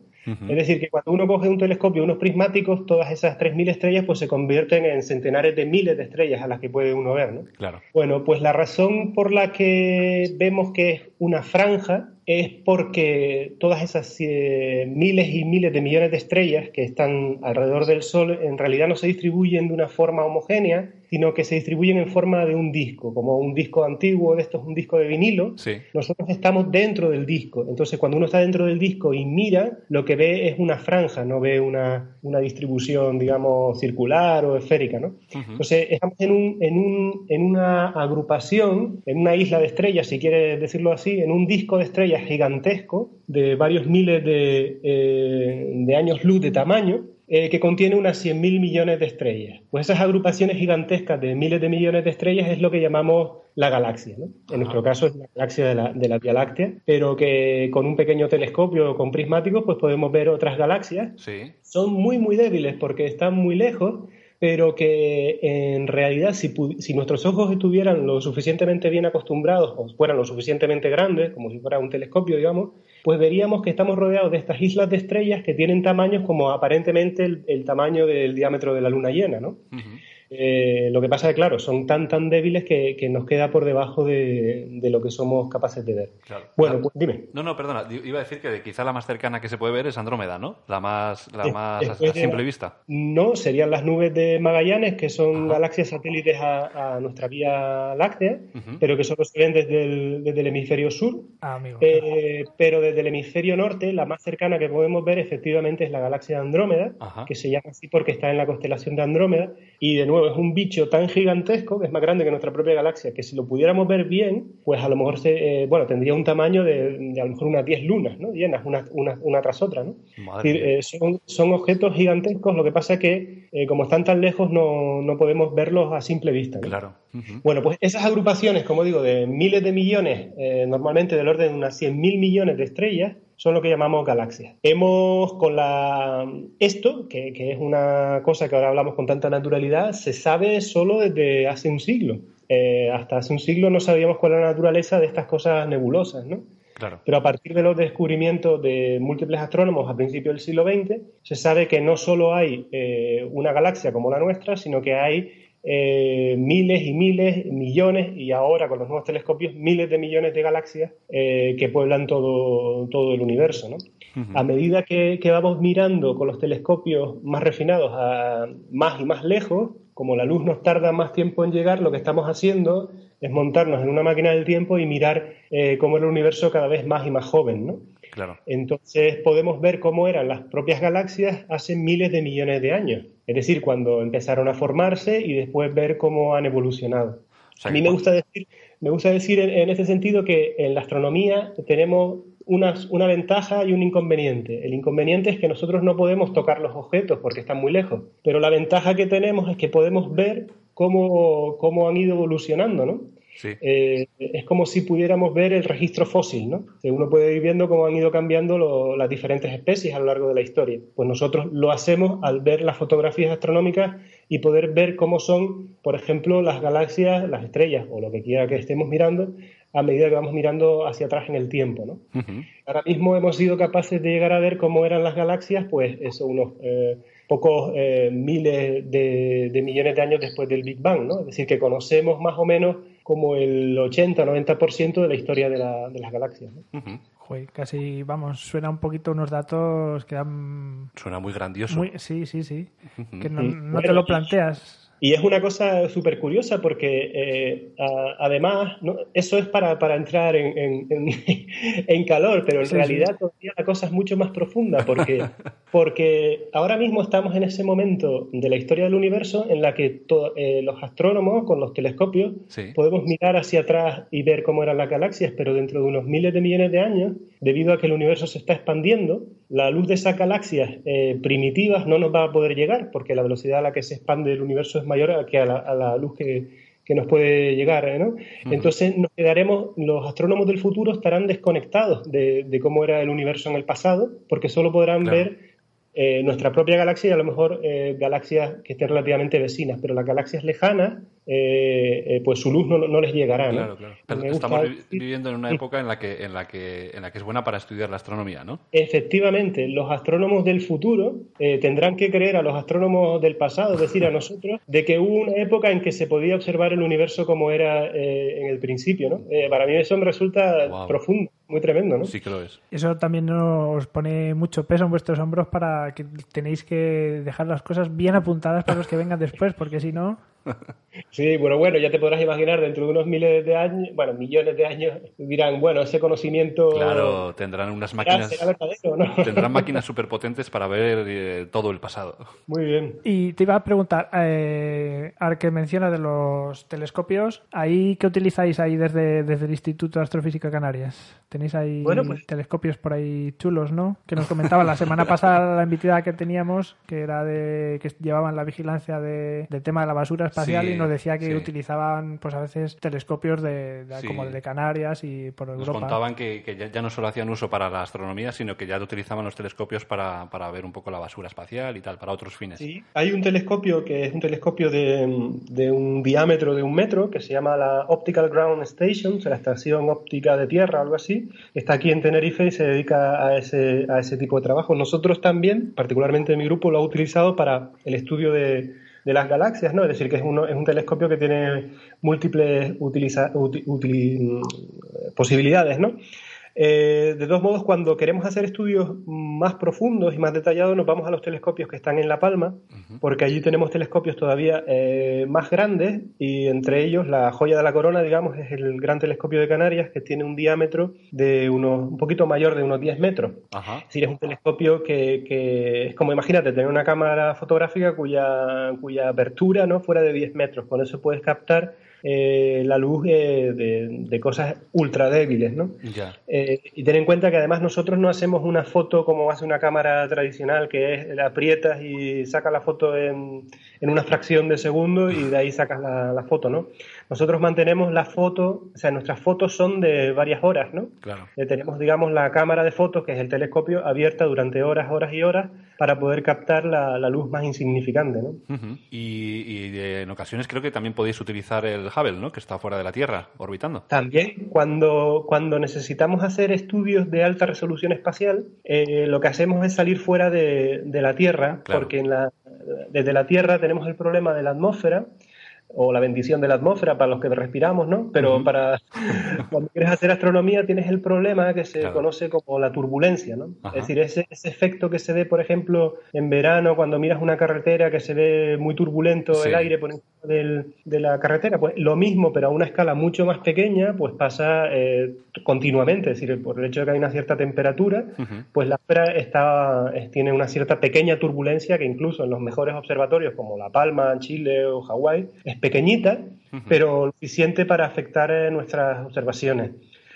F: Es decir, que cuando uno coge un telescopio, unos prismáticos, todas esas 3.000 estrellas pues se convierten en centenares de miles de estrellas a las que puede uno ver, ¿no?
D: Claro.
F: Bueno, pues la razón por la que vemos que es una franja es porque todas esas eh, miles y miles de millones de estrellas que están alrededor del Sol en realidad no se distribuyen de una forma homogénea, sino que se distribuyen en forma de un disco, como un disco antiguo de estos, un disco de vinilo.
D: Sí.
F: Nosotros estamos dentro del disco, entonces cuando uno está dentro del disco y mira, lo que ve es una franja, no ve una, una distribución, digamos, circular o esférica, ¿no? Entonces, estamos en, un, en, un, en una agrupación, en una isla de estrellas, si quieres decirlo así, en un disco de estrellas gigantesco de varios miles de, eh, de años luz de tamaño. eh, que contiene unas 100.000 millones de estrellas. Pues esas agrupaciones gigantescas de miles de millones de estrellas es lo que llamamos la galaxia. ¿no? En nuestro caso es la galaxia de la, de la Vía Láctea, pero que con un pequeño telescopio o con prismáticos pues podemos ver otras galaxias
D: Sí.
F: son muy muy débiles porque están muy lejos, pero que en realidad si, pu- si nuestros ojos estuvieran lo suficientemente bien acostumbrados o fueran lo suficientemente grandes, como si fuera un telescopio, digamos, pues veríamos que estamos rodeados de estas islas de estrellas que tienen tamaños como aparentemente el, el tamaño del diámetro de la luna llena, ¿no?
D: Ujú.
F: Eh, lo que pasa es que, claro, son tan tan débiles que, que nos queda por debajo de, de lo que somos capaces de ver.
D: Claro.
F: Bueno,
D: Ah.
F: pues dime.
D: No, no, perdona. Di- Iba a decir que de- quizá la más cercana que se puede ver es Andrómeda, ¿no? La más, la
F: Eh,
D: más a,
F: después
D: a
F: de-
D: simple vista.
F: No, serían las nubes de Magallanes, que son
D: Ajá.
F: galaxias satélites a, a nuestra Vía Láctea,
D: Ujú.
F: pero que solo se ven desde el, desde el hemisferio sur.
E: Ah, amigo.
F: Eh, pero desde el hemisferio norte, la más cercana que podemos ver efectivamente es la galaxia de Andrómeda,
D: Ajá.
F: que se llama así porque está en la constelación de Andrómeda. Y de nuevo, es un bicho tan gigantesco, que es más grande que nuestra propia galaxia, que si lo pudiéramos ver bien, pues a lo mejor se, eh, bueno, tendría un tamaño de, de a lo mejor unas 10 lunas, ¿no? Llenas, una, una- una tras otra, ¿no?
D: Madre
F: decir,
D: mía.
F: eh, son, son objetos gigantescos, lo que pasa es que eh, como están tan lejos no, no podemos verlos a simple vista. ¿no?
D: Claro. Ujú.
F: Bueno, pues esas agrupaciones, como digo, de miles de millones, eh, normalmente del orden de unas 100.000 millones de estrellas, son lo que llamamos galaxias. Hemos con la esto, que, que es una cosa que ahora hablamos con tanta naturalidad, se sabe solo desde hace un siglo. Eh, hasta hace un siglo no sabíamos cuál era la naturaleza de estas cosas nebulosas, ¿no?
D: Claro.
F: Pero a partir de los descubrimientos de múltiples astrónomos a principios del siglo XX, se sabe que no solo hay eh, una galaxia como la nuestra, sino que hay eh, miles y miles, millones, y ahora con los nuevos telescopios, miles de millones de galaxias eh, que pueblan todo, todo el universo. ¿no? A medida que, que vamos mirando con los telescopios más refinados a más y más lejos, como la luz nos tarda más tiempo en llegar, lo que estamos haciendo es montarnos en una máquina del tiempo y mirar eh, cómo era el universo cada vez más y más joven, ¿no?
D: Claro.
F: Entonces podemos ver cómo eran las propias galaxias hace miles de millones de años, es decir, cuando empezaron a formarse y después ver cómo han evolucionado.
D: O sea
F: a
D: que
F: mí me
D: cu-
F: gusta decir, me gusta decir en, en este sentido que en la astronomía tenemos unas- una ventaja y un inconveniente. El inconveniente es que nosotros no podemos tocar los objetos porque están muy lejos, pero la ventaja que tenemos es que podemos ver cómo, cómo han ido evolucionando, ¿no?
D: Sí.
F: Eh, es como si pudiéramos ver el registro fósil, ¿no? Que uno puede ir viendo cómo han ido cambiando lo- las diferentes especies a lo largo de la historia. Pues nosotros lo hacemos al ver las fotografías astronómicas y poder ver cómo son, por ejemplo, las galaxias, las estrellas o lo que quiera que estemos mirando a medida que vamos mirando hacia atrás en el tiempo, ¿no?
D: Ujú.
F: Ahora mismo hemos sido capaces de llegar a ver cómo eran las galaxias, pues eso, unos eh, pocos eh, miles de, de millones de años después del Big Bang, ¿no? Es decir, que conocemos más o menos como el 80-90% de la historia de, la- de las galaxias. ¿no?
D: Ujú.
E: Joder, casi, vamos, suena un poquito unos datos que dan...
D: Suena muy grandioso.
E: Muy, sí, sí, sí. Que no,
F: Ujú.
E: no te lo planteas.
F: Y es una cosa súper curiosa porque eh, a- además ¿no? eso es para, para entrar en, en- en- en calor, pero en
E: Sí,
F: realidad todavía la cosa es mucho más profunda porque, porque ahora mismo estamos en ese momento de la historia del universo en la que to- eh, los astrónomos con los telescopios
D: Sí.
F: podemos mirar hacia atrás y ver cómo eran las galaxias, pero dentro de unos miles de millones de años, debido a que el universo se está expandiendo, la luz de esas galaxias eh, primitivas no nos va a poder llegar, porque la velocidad a la que se expande el universo es mayor a que a la, a la luz que, que nos puede llegar. ¿eh, ¿no? Entonces nos quedaremos, los astrónomos del futuro estarán desconectados de, de cómo era el universo en el pasado, porque solo podrán
D: Claro.
F: ver eh, nuestra propia galaxia y a lo mejor eh, galaxias que estén relativamente vecinas, pero las galaxias lejanas, eh, eh, pues su luz no, no les llegará. ¿no?
D: Claro, claro. Pero
F: Me gusta
D: estamos vi-
F: decir-
D: viviendo en una época en la que en la que en la que es buena para estudiar la astronomía, ¿no?
F: Efectivamente, los astrónomos del futuro eh, tendrán que creer a los astrónomos del pasado, es decir, a nosotros, de que hubo una época en que se podía observar el universo como era eh, en el principio. ¿no? Eh, para mí eso me resulta
D: Guau.
F: profundo, muy tremendo. ¿no?
D: Sí que lo es.
E: Eso también nos pone mucho peso en vuestros hombros para que tenéis que dejar las cosas bien apuntadas para los que vengan después, porque si no...
F: Sí, bueno, bueno, ya te podrás imaginar, dentro de unos miles de años, bueno, millones de años, dirán, bueno, ese conocimiento
D: Claro, tendrán unas
F: será,
D: máquinas
F: será verdadero, ¿no?
D: tendrán máquinas superpotentes para ver eh, todo el pasado.
F: Muy bien.
E: Y te iba a preguntar, eh, al que menciona de los telescopios, ¿ahí qué utilizáis ahí desde, desde el Instituto de Astrofísica Canarias? Tenéis ahí
F: Bueno, pues-
E: telescopios por ahí chulos, ¿no? Que nos comentaba la semana pasada la invitada que teníamos, que era de que llevaban la vigilancia de- del tema de la basura espacial
D: Sí,
E: y nos decía que
D: sí.
E: utilizaban, pues a veces, telescopios de, de-
D: Sí.
E: como el de Canarias y por
D: Nos
E: Europa.
D: contaban que, que ya, ya no solo hacían uso para la astronomía, sino que ya utilizaban los telescopios para, para ver un poco la basura espacial y tal, para otros fines.
F: Sí, hay un telescopio que es un telescopio de, de un diámetro de un metro que se llama la Optical Ground Station, o sea, la estación óptica de tierra, algo así. Está aquí en Tenerife y se dedica a ese, a ese tipo de trabajo. Nosotros también, particularmente mi grupo, lo ha utilizado para el estudio de, de las galaxias, ¿no? Es decir, que es, uno, es un telescopio que tiene múltiples utiliza- uti- uti- mm, posibilidades, ¿no? Eh, de todos modos, cuando queremos hacer estudios más profundos y más detallados, nos vamos a los telescopios que están en La Palma, porque allí tenemos telescopios todavía eh, más grandes y entre ellos la joya de la corona, digamos, es el gran telescopio de Canarias que tiene un diámetro de unos, un poquito mayor de unos 10 metros.
D: Ajá.
F: Es decir, es un telescopio que, que es como, imagínate, tener una cámara fotográfica cuya, cuya apertura no fuera de 10 metros. Con eso puedes captar eh, la luz eh, de, de cosas ultra débiles, ¿no?
D: Ya.
F: Eh, y ten en cuenta que además nosotros no hacemos una foto como hace una cámara tradicional, que es la aprietas y sacas la foto en, en una fracción de segundo y de ahí sacas la, la foto, ¿no? Nosotros mantenemos la foto, o sea, nuestras fotos son de varias horas, ¿no?
D: Claro.
F: Eh, tenemos, digamos, la cámara de fotos, que es el telescopio, abierta durante horas, horas y horas para poder captar la, la luz más insignificante, ¿no?
D: Ujú. Y, y de- en ocasiones creo que también podéis utilizar el Hubble, ¿no? Que está fuera de la Tierra, orbitando.
F: También cuando, cuando necesitamos hacer estudios de alta resolución espacial, eh, lo que hacemos es salir fuera de, de la Tierra,
D: Claro.
F: porque en la- desde la Tierra tenemos el problema de la atmósfera, o la bendición de la atmósfera para los que respiramos, ¿no? Pero para cuando quieres hacer astronomía tienes el problema que se
D: Claro.
F: conoce como la turbulencia, ¿no?
D: Ajá.
F: Es decir, ese, ese efecto que se ve, por ejemplo, en verano cuando miras una carretera que se ve muy turbulento
D: Sí.
F: el aire por encima del- de la carretera, pues lo mismo, pero a una escala mucho más pequeña, pues pasa eh, continuamente. Es decir, por el hecho de que hay una cierta temperatura,
D: Ujú.
F: pues la esfera está, es- tiene una cierta pequeña turbulencia que incluso en los mejores observatorios como La Palma, Chile o Hawái es pequeñita, pero lo suficiente para afectar eh, nuestras observaciones.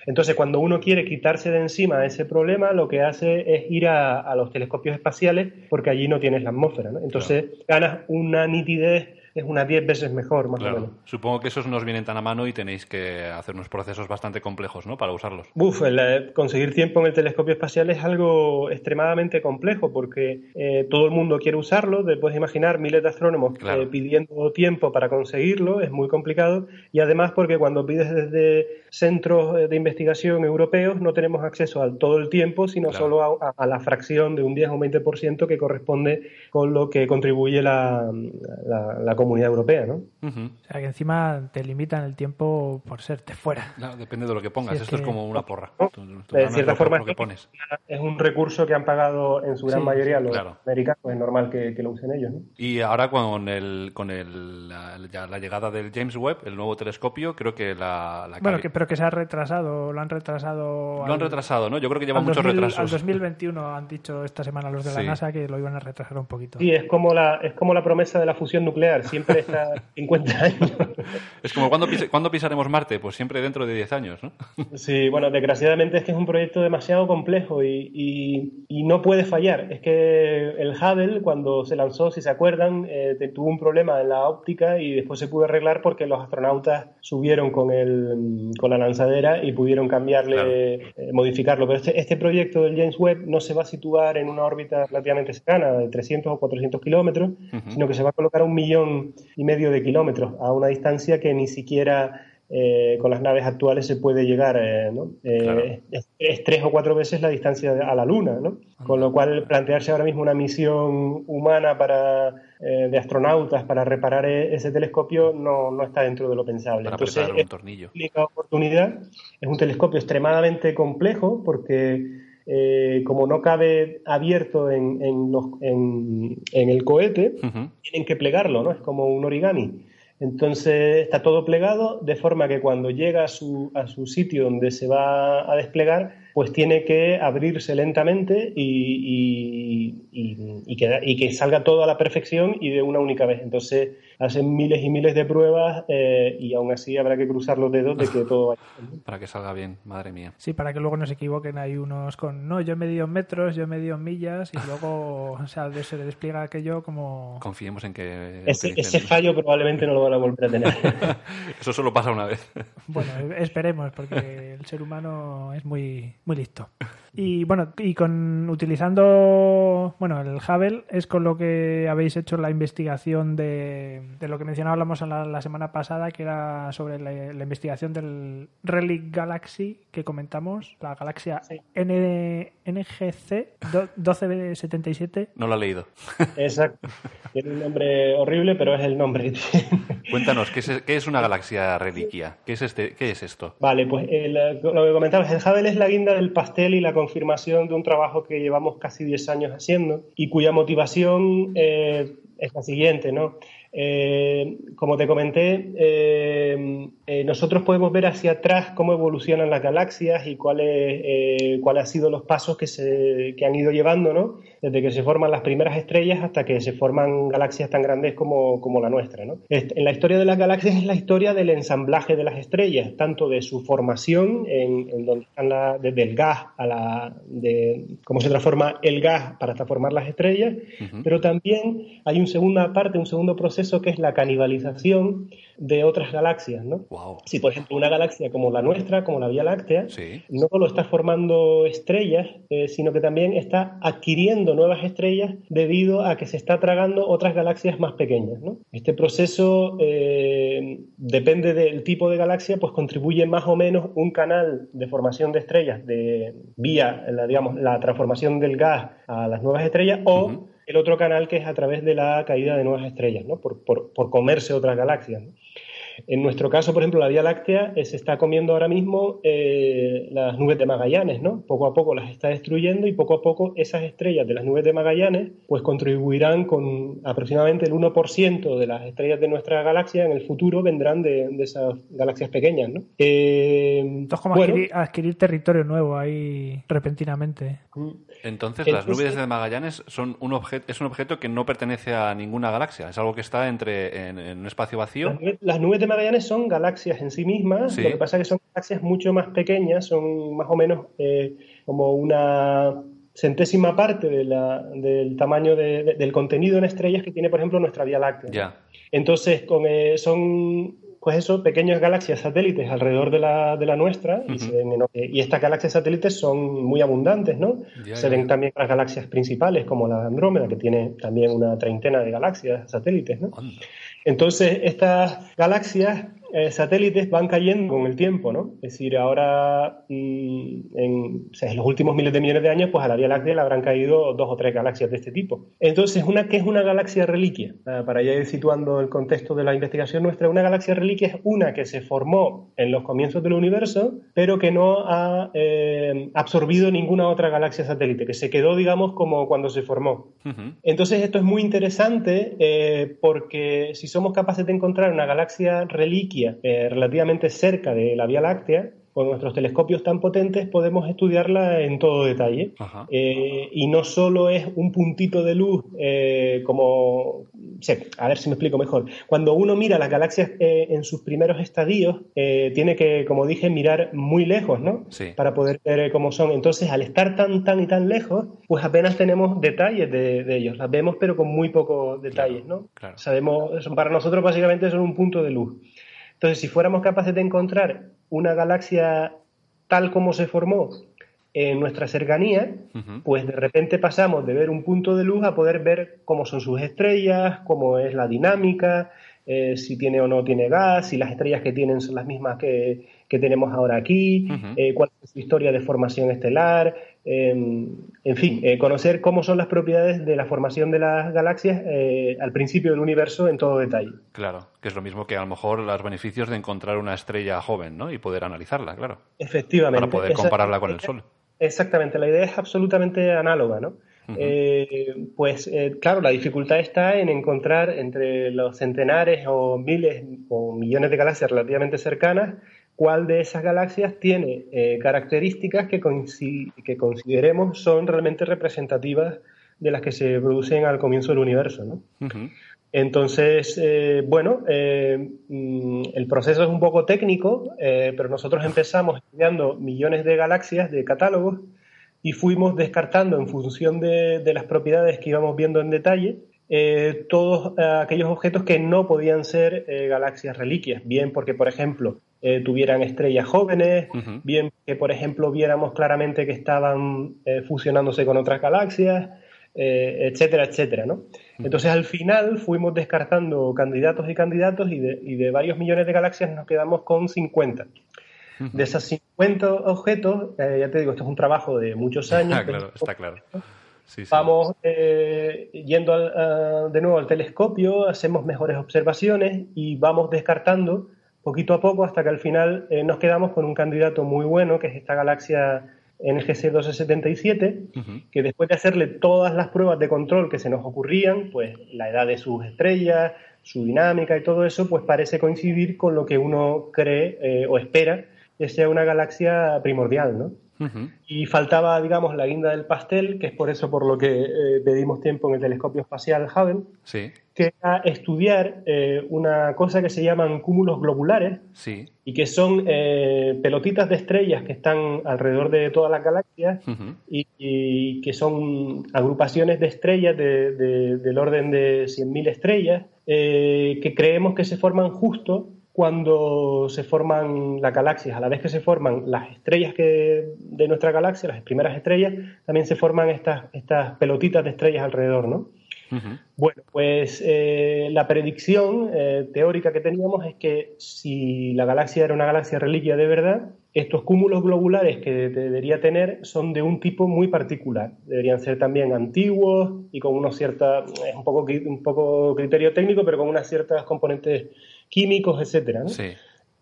F: Entonces, cuando uno quiere quitarse de encima ese problema, lo que hace es ir a, a los telescopios espaciales porque allí no tienes la atmósfera. ¿no? Entonces, ganas una nitidez, es unas 10 veces mejor, más o menos.
D: Claro. Supongo que esos nos vienen tan a mano y tenéis que hacer unos procesos bastante complejos, ¿no? Para usarlos.
F: Buf, el, eh, conseguir tiempo en el telescopio espacial es algo extremadamente complejo porque eh, todo el mundo quiere usarlo, te puedes imaginar miles de astrónomos
D: Claro.
F: eh, pidiendo tiempo para conseguirlo, es muy complicado y además porque cuando pides desde centros eh, de investigación europeos no tenemos acceso al todo el tiempo, sino
D: Claro.
F: solo a, a- a la fracción de un 10 o un 20% que corresponde con lo que contribuye la, la- la comunidad europea, ¿no?
D: Ujú.
E: O sea, que encima te limitan el tiempo por serte fuera.
D: Claro, depende de lo que pongas.
E: Sí, es
D: Esto
E: que-
D: es como una porra.
F: ¿no?
D: Tú- tú- tú
F: De
D: ganas
F: cierta
D: lo-
F: forma,
D: lo que pones.
F: es un recurso que han pagado en su gran
E: Sí,
F: mayoría los
D: claro.
F: americanos, es normal que, que lo usen ellos, ¿no?
D: Y ahora con el con el, la, ya la llegada del James Webb, el nuevo telescopio, creo que la, la
E: Bueno,
D: cali-
E: que, pero que se ha retrasado, lo han retrasado.
D: lo han
E: al-
D: retrasado, ¿no? Yo creo que lleva
E: al
D: muchos
E: 2000
D: retrasos.
E: Al 2021 han dicho esta semana los de la
D: Sí.
E: NASA que lo iban a retrasar un poquito.
F: Sí, es como la, es como la promesa de la fusión nuclear, siempre está 50 años.
D: Es como cuando pisaremos Marte, pues siempre dentro de 10 años, ¿no?
F: Sí, bueno, desgraciadamente es que es un proyecto demasiado complejo y, y- y no puede fallar. Es que el Hubble, cuando se lanzó, si se acuerdan, eh, te- tuvo un problema en la óptica y después se pudo arreglar porque los astronautas subieron con, el, con la lanzadera y pudieron cambiarle,
D: Claro.
F: eh, modificarlo. Pero este, este proyecto del James Webb no se va a situar en una órbita relativamente cercana, de 300 o 400 kilómetros, sino que se va a colocar a un millón y medio de kilómetros, a una distancia que ni siquiera eh, con las naves actuales se puede llegar, eh, ¿no? Eh,
D: Claro.
F: es, es tres o cuatro veces la distancia de- a la Luna, ¿no? Con lo cual, plantearse ahora mismo una misión humana para, eh, de astronautas para reparar e- ese telescopio no, no está dentro de lo pensable.
D: Para
F: Entonces, eh,
D: apretar
F: es-
D: un tornillo.
F: única oportunidad. Es un telescopio extremadamente complejo porque eh, como no cabe abierto en, en los- en- en el cohete,
D: Ujú.
F: tienen que plegarlo, ¿no? Es como un origami. Entonces está todo plegado de forma que cuando llega a su, a su sitio donde se va a desplegar, pues tiene que abrirse lentamente y, y- y- y que, y que salga todo a la perfección y de una única vez. Entonces hacen miles y miles de pruebas eh, y aún así habrá que cruzar los dedos de que todo vaya. bien, ¿no?
D: Para que salga bien, madre mía.
E: Sí, para que luego no se equivoquen, hay unos con, no, yo he medido en metros, yo he medido en millas, y luego o sea, de- se despliega aquello como...
D: Confiemos en que.
F: Ese,
D: utilicen-
F: ese fallo probablemente no lo van a volver a tener.
D: Eso solo pasa una vez.
E: Bueno, esperemos, porque el ser humano es muy, muy listo. Y bueno, y con utilizando, bueno, el Hubble es con lo que habéis hecho la investigación de, de lo que mencionábamos la, la semana pasada, que era sobre la, la investigación del Relic Galaxy que comentamos, la galaxia N- NGC do- 1277.
D: No lo ha leído.
F: Exacto. Tiene un nombre horrible, pero es el nombre que tiene.
D: Cuéntanos, ¿qué es, qué es una galaxia reliquia? ¿Qué es, este, ¿Qué es esto?
F: Vale, pues eh, la- lo que comentabas, el Hubble es la guinda del pastel y la confirmación de un trabajo que llevamos casi 10 años haciendo y cuya motivación eh, es la siguiente, ¿no? Eh, como te comenté, eh, eh, nosotros podemos ver hacia atrás cómo evolucionan las galaxias y cuáles eh, cuáles han sido los pasos que, se, que han ido llevando, ¿no? Desde que se forman las primeras estrellas hasta que se forman galaxias tan grandes como, como la nuestra, ¿no? Est- En la historia de las galaxias es la historia del ensamblaje de las estrellas, tanto de su formación, en, en donde están la- desde el gas a la... de cómo se transforma el gas para hasta formar las estrellas, pero también hay una segunda parte, un segundo proceso que es la canibalización de otras galaxias, ¿no?
D: ¡Wow!
F: Si, por ejemplo, una galaxia como la nuestra, como la Vía Láctea,
D: Sí.
F: no solo está formando estrellas, eh, sino que también está adquiriendo nuevas estrellas debido a que se está tragando otras galaxias más pequeñas. ¿no? Este proceso, eh, depende del tipo de galaxia, pues contribuye más o menos un canal de formación de estrellas de vía, la, digamos, la transformación del gas a las nuevas estrellas o
D: Ujú.
F: el otro canal que es a través de la caída de nuevas estrellas, ¿no? por, por- por comerse otras galaxias. ¿no? En nuestro caso, por ejemplo, la Vía Láctea eh, se está comiendo ahora mismo eh, las nubes de Magallanes, ¿no? Poco a poco las está destruyendo y poco a poco esas estrellas de las nubes de Magallanes pues contribuirán con aproximadamente el 1% de las estrellas de nuestra galaxia en el futuro vendrán de, de esas galaxias pequeñas, ¿no? Eh,
E: Esto es como
F: bueno,
E: adquirir, adquirir territorio nuevo ahí repentinamente.
D: Entonces,
F: Entonces-
D: las nubes de Magallanes son un objeto, es un objeto que no pertenece a ninguna galaxia. Es algo que está entre en, en un espacio vacío.
F: Las nubes, las nubes de Magallanes son galaxias en sí mismas,
D: Sí.
F: lo que pasa es que son galaxias mucho más pequeñas, son más o menos eh, como una centésima parte de la- del tamaño de- de- del contenido en estrellas que tiene, por ejemplo, nuestra Vía Láctea.
D: Ya.
F: Entonces, con, eh, son pues eso, pequeñas galaxias satélites alrededor de la, de la nuestra y, se ven en- y estas galaxias satélites son muy abundantes, ¿no?
D: Ya,
F: se
D: ya,
F: ven
D: ya.
F: también las galaxias principales como la de Andrómeda, que tiene también una treintena de galaxias satélites, ¿no?
D: Anda.
F: Entonces, estas galaxias eh, satélites van cayendo con el tiempo, ¿no? Es decir, ahora, mm, en, o sea, en los últimos miles de millones de años, pues a la Vía Láctea le habrán caído dos o tres galaxias de este tipo. Entonces, una que es una galaxia reliquia, Ah, para ya ir situando el contexto de la investigación nuestra, una galaxia reliquia es una que se formó en los comienzos del universo, pero que no ha eh, absorbido ninguna otra galaxia satélite, que se quedó, digamos, como cuando se formó.
D: Ujú.
F: Entonces esto es muy interesante eh, porque si somos capaces de encontrar una galaxia reliquia eh, relativamente cerca de la Vía Láctea, con nuestros telescopios tan potentes podemos estudiarla en todo detalle.
D: Ajá.
F: Eh, y no solo es un puntito de luz eh, como... sí, a ver si me explico mejor. Cuando uno mira las galaxias eh, en sus primeros estadios, eh, tiene que, como dije, mirar muy lejos, ¿no?
D: Sí.
F: Para poder ver eh, cómo son. Entonces, al estar tan, tan y tan lejos, pues apenas tenemos detalles de, de ellos. Las vemos, pero con muy pocos detalles, ¿no?
D: claro.
F: Sabemos, son- para nosotros básicamente son un punto de luz. Entonces, si fuéramos capaces de encontrar una galaxia tal como se formó en nuestra cercanía,
D: Ujú.
F: pues de repente pasamos de ver un punto de luz a poder ver cómo son sus estrellas, cómo es la dinámica, eh, si tiene o no tiene gas, si las estrellas que tienen son las mismas que, que tenemos ahora aquí,
D: Ujú.
F: eh, cuál es su historia de formación estelar, eh, en fin, eh, conocer cómo son las propiedades de la formación de las galaxias eh, al principio del universo en todo detalle.
D: Claro, que es lo mismo que a lo mejor los beneficios de encontrar una estrella joven, ¿no? Y poder analizarla, claro,
F: Efectivamente.
D: para poder
F: Esa-
D: compararla con el Sol.
F: Exactamente, la idea es absolutamente análoga, ¿no?
D: Ujú.
F: Eh, pues eh, claro, la dificultad está en encontrar entre los centenares o miles o millones de galaxias relativamente cercanas cuál de esas galaxias tiene eh, características que, coinci- que consideremos son realmente representativas de las que se producen al comienzo del universo, ¿no?
D: Ujú.
F: Entonces, eh, bueno, eh, mm, el proceso es un poco técnico, eh, pero nosotros empezamos estudiando millones de galaxias de catálogos y fuimos descartando en función de, de las propiedades que íbamos viendo en detalle eh, todos eh, aquellos objetos que no podían ser eh, galaxias reliquias, bien porque, por ejemplo, eh, tuvieran estrellas jóvenes,
D: Ujú.
F: bien que, por ejemplo, viéramos claramente que estaban eh, fusionándose con otras galaxias, eh, etcétera, etcétera, ¿no? Entonces, al final fuimos descartando candidatos y candidatos y de, y de varios millones de galaxias nos quedamos con 50. De esas 50 objetos, eh, ya te digo, esto es un trabajo de muchos años. pues,
D: Ah, claro, está claro. Sí, sí.
F: Vamos eh, yendo al- a- de nuevo al telescopio, hacemos mejores observaciones y vamos descartando poquito a poco hasta que al final eh, nos quedamos con un candidato muy bueno, que es esta galaxia NGC 1277,
D: Ujú.
F: que después de hacerle todas las pruebas de control que se nos ocurrían, pues la edad de sus estrellas, su dinámica y todo eso, pues parece coincidir con lo que uno cree eh, o espera que sea una galaxia primordial, ¿no?
D: Ujú.
F: Y faltaba, digamos, la guinda del pastel, que es por eso por lo que eh, pedimos tiempo en el telescopio espacial Hubble,
D: Sí,
F: que era estudiar eh, una cosa que se llaman cúmulos globulares
D: sí.
F: y que son eh, pelotitas de estrellas que están alrededor de todas las galaxias
D: Ujú.
F: y, y que son agrupaciones de estrellas de- de- del orden de 100.000 estrellas eh, que creemos que se forman justo cuando se forman las galaxias. A la vez que se forman las estrellas que, de nuestra galaxia, las primeras estrellas, también se forman estas, estas pelotitas de estrellas alrededor, ¿no?
D: Ujú.
F: Bueno, pues eh, la predicción eh, teórica que teníamos es que si la galaxia era una galaxia reliquia de verdad, estos cúmulos globulares que debería tener son de un tipo muy particular. Deberían ser también antiguos y con una cierta, es un poco, cri- un poco criterio técnico, pero con unas ciertas componentes químicos, etcétera. ¿no?
D: Sí.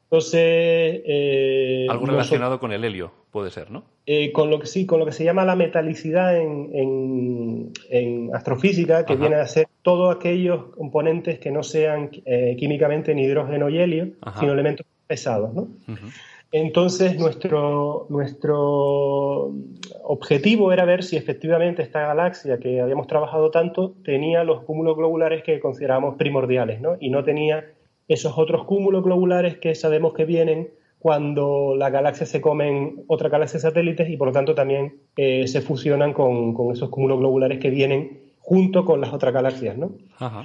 F: Entonces, eh,
D: Algo
F: nosotros-
D: relacionado con el helio, puede ser, ¿no?
F: eh, con lo que sí, con lo que se llama la metalicidad en, en- en astrofísica, que
D: Ajá.
F: viene a ser todos aquellos componentes que no sean eh, químicamente ni hidrógeno y helio,
D: Ajá.
F: sino elementos pesados, ¿no?
D: Ujú.
F: Entonces, nuestro, nuestro objetivo era ver si efectivamente esta galaxia que habíamos trabajado tanto tenía los cúmulos globulares que consideramos primordiales, ¿no? Y no tenía esos otros cúmulos globulares que sabemos que vienen cuando las galaxias se comen otras galaxias satélites y por lo tanto también eh, se fusionan con, con esos cúmulos globulares que vienen junto con las otras galaxias, ¿no?
D: Ajá.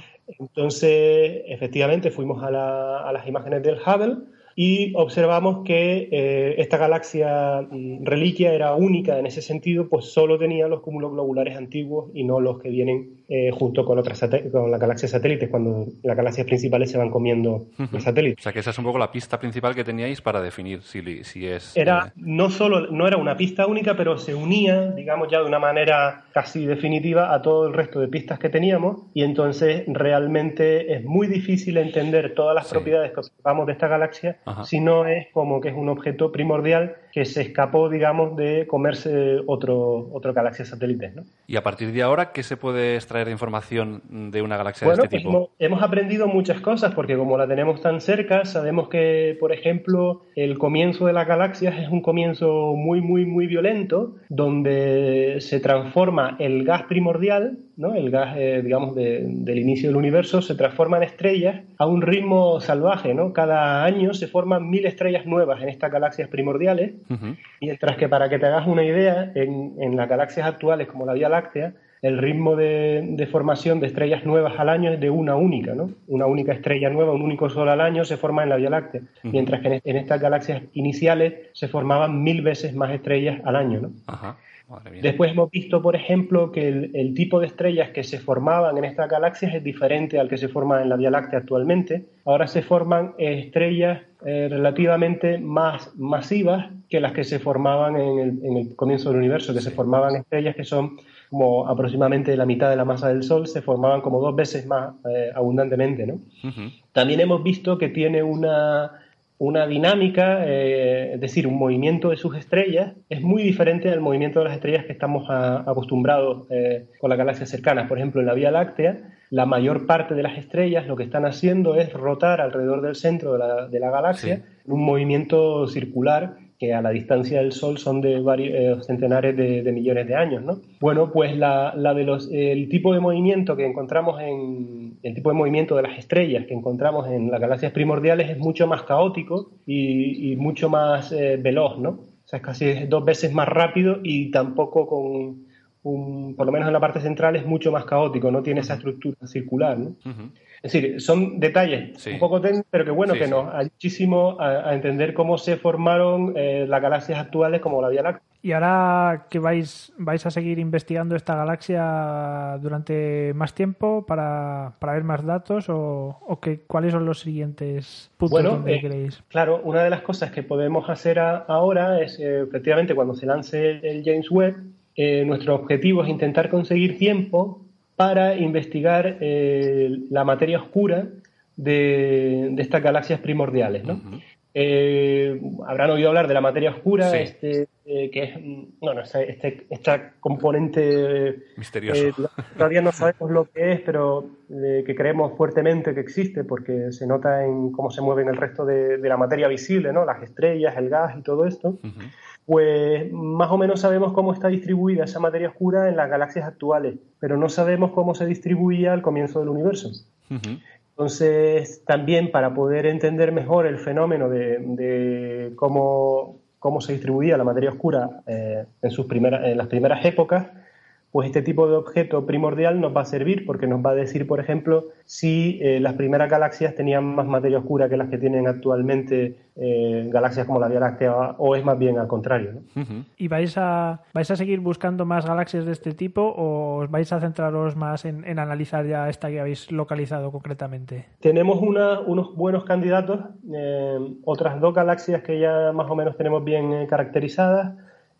F: Entonces, efectivamente, fuimos a, la- a las imágenes del Hubble y observamos que eh, esta galaxia mm, reliquia era única en ese sentido, pues solo tenía los cúmulos globulares antiguos y no los que vienen eh, junto con otras sate- con la galaxia satélites, cuando las galaxias principales se van comiendo los satélites.
D: O sea, que esa es un poco la pista principal que teníais para definir si, li- si es...
F: Era
D: eh,
F: no solo no era una pista única, pero se unía, digamos ya de una manera casi definitiva a todo el resto de pistas que teníamos y entonces realmente es muy difícil entender todas las
D: Sí.
F: propiedades que observamos de esta galaxia
D: Ajá.
F: si no es como que es un objeto primordial que se escapó, digamos, de comerse otro otro galaxia satélites, ¿no?
D: y a partir de ahora, ¿qué se puede extraer de información de una galaxia
F: Bueno,
D: de este
F: pues
D: tipo?
F: hemos, hemos aprendido muchas cosas porque como la tenemos tan cerca, sabemos que, por ejemplo, el comienzo de las galaxias es un comienzo muy, muy, muy violento, donde se transforma el gas primordial, ¿no? el gas, eh, digamos, de- del inicio del universo, se transforma en estrellas a un ritmo salvaje. ¿no? Cada año se forman mil estrellas nuevas en estas galaxias primordiales
D: Ujú.
F: Mientras que para que te hagas una idea, en, en las galaxias actuales como la Vía Láctea, el ritmo de, de formación de estrellas nuevas al año es de una única, ¿no? Una única estrella nueva, un único sol al año se forma en la Vía Láctea, mientras que en, en estas galaxias iniciales se formaban mil veces más estrellas al año, ¿no?
D: Ajá, madre mía.
F: Después hemos visto, por ejemplo, que el, el tipo de estrellas que se formaban en estas galaxias es diferente al que se forma en la Vía Láctea actualmente. Ahora se forman eh, estrellas eh, relativamente más masivas que las que se formaban en el, en el comienzo del universo, que se formaban estrellas que son como aproximadamente la mitad de la masa del Sol, se formaban como dos veces más eh, abundantemente, ¿no?
D: Ujú.
F: También hemos visto que tiene una, una dinámica, eh, es decir, un movimiento de sus estrellas es muy diferente al movimiento de las estrellas que estamos a- acostumbrados eh, con las galaxias cercanas. Por ejemplo, en la Vía Láctea, la mayor parte de las estrellas lo que están haciendo es rotar alrededor del centro de la, de la galaxia
D: Sí.
F: en un movimiento circular que a la distancia del Sol son de varios eh, centenares de, de millones de años, ¿no? Bueno, pues la, la de los- el tipo de movimiento que encontramos en el tipo de movimiento de las estrellas que encontramos en las galaxias primordiales es mucho más caótico y, y mucho más eh, veloz, ¿no? O sea, es casi dos veces más rápido y tampoco con un, por lo menos en la parte central es mucho más caótico, no tiene esa estructura circular, ¿no?
D: Ujú.
F: Es decir, son detalles
D: Sí.
F: un poco técnicos, pero que bueno
D: Sí,
F: que
D: sí.
F: nos ayuda muchísimo a, a entender cómo se formaron eh, las galaxias actuales como la Vía Láctea.
E: Y ahora que vais, vais a seguir investigando esta galaxia durante más tiempo para, para ver más datos o, o que, cuáles son los siguientes puntos
F: Bueno,
E: donde
F: eh,
E: queréis.
F: Claro, una de las cosas que podemos hacer a- ahora es, eh, efectivamente, cuando se lance el, el James Webb, eh, nuestro objetivo es intentar conseguir tiempo para investigar eh, la materia oscura de, de estas galaxias primordiales, ¿no? Eh, habrán oído hablar de la materia oscura,
D: Sí.
F: este, eh, que es mm, bueno, este, este- esta componente eh,
D: Misterioso.
F: eh, todavía no sabemos lo que es, pero eh, que creemos fuertemente que existe porque se nota en cómo se mueven el resto de, de la materia visible, ¿no? las estrellas, el gas y todo esto.
D: Ujú.
F: Pues más o menos sabemos cómo está distribuida esa materia oscura en las galaxias actuales, pero no sabemos cómo se distribuía al comienzo del universo.
D: Ujú.
F: Entonces, también para poder entender mejor el fenómeno de, de cómo, cómo se distribuía la materia oscura eh, en, sus primeras, en las primeras épocas, pues este tipo de objeto primordial nos va a servir porque nos va a decir, por ejemplo, si eh, las primeras galaxias tenían más materia oscura que las que tienen actualmente eh, galaxias como la Vía Láctea o es más bien al contrario. ¿no?
D: Ujú.
E: ¿Y vais a, vais a seguir buscando más galaxias de este tipo o os vais a centraros más en, en analizar ya esta que habéis localizado concretamente?
F: Tenemos una- unos buenos candidatos, eh, otras dos galaxias que ya más o menos tenemos bien eh, caracterizadas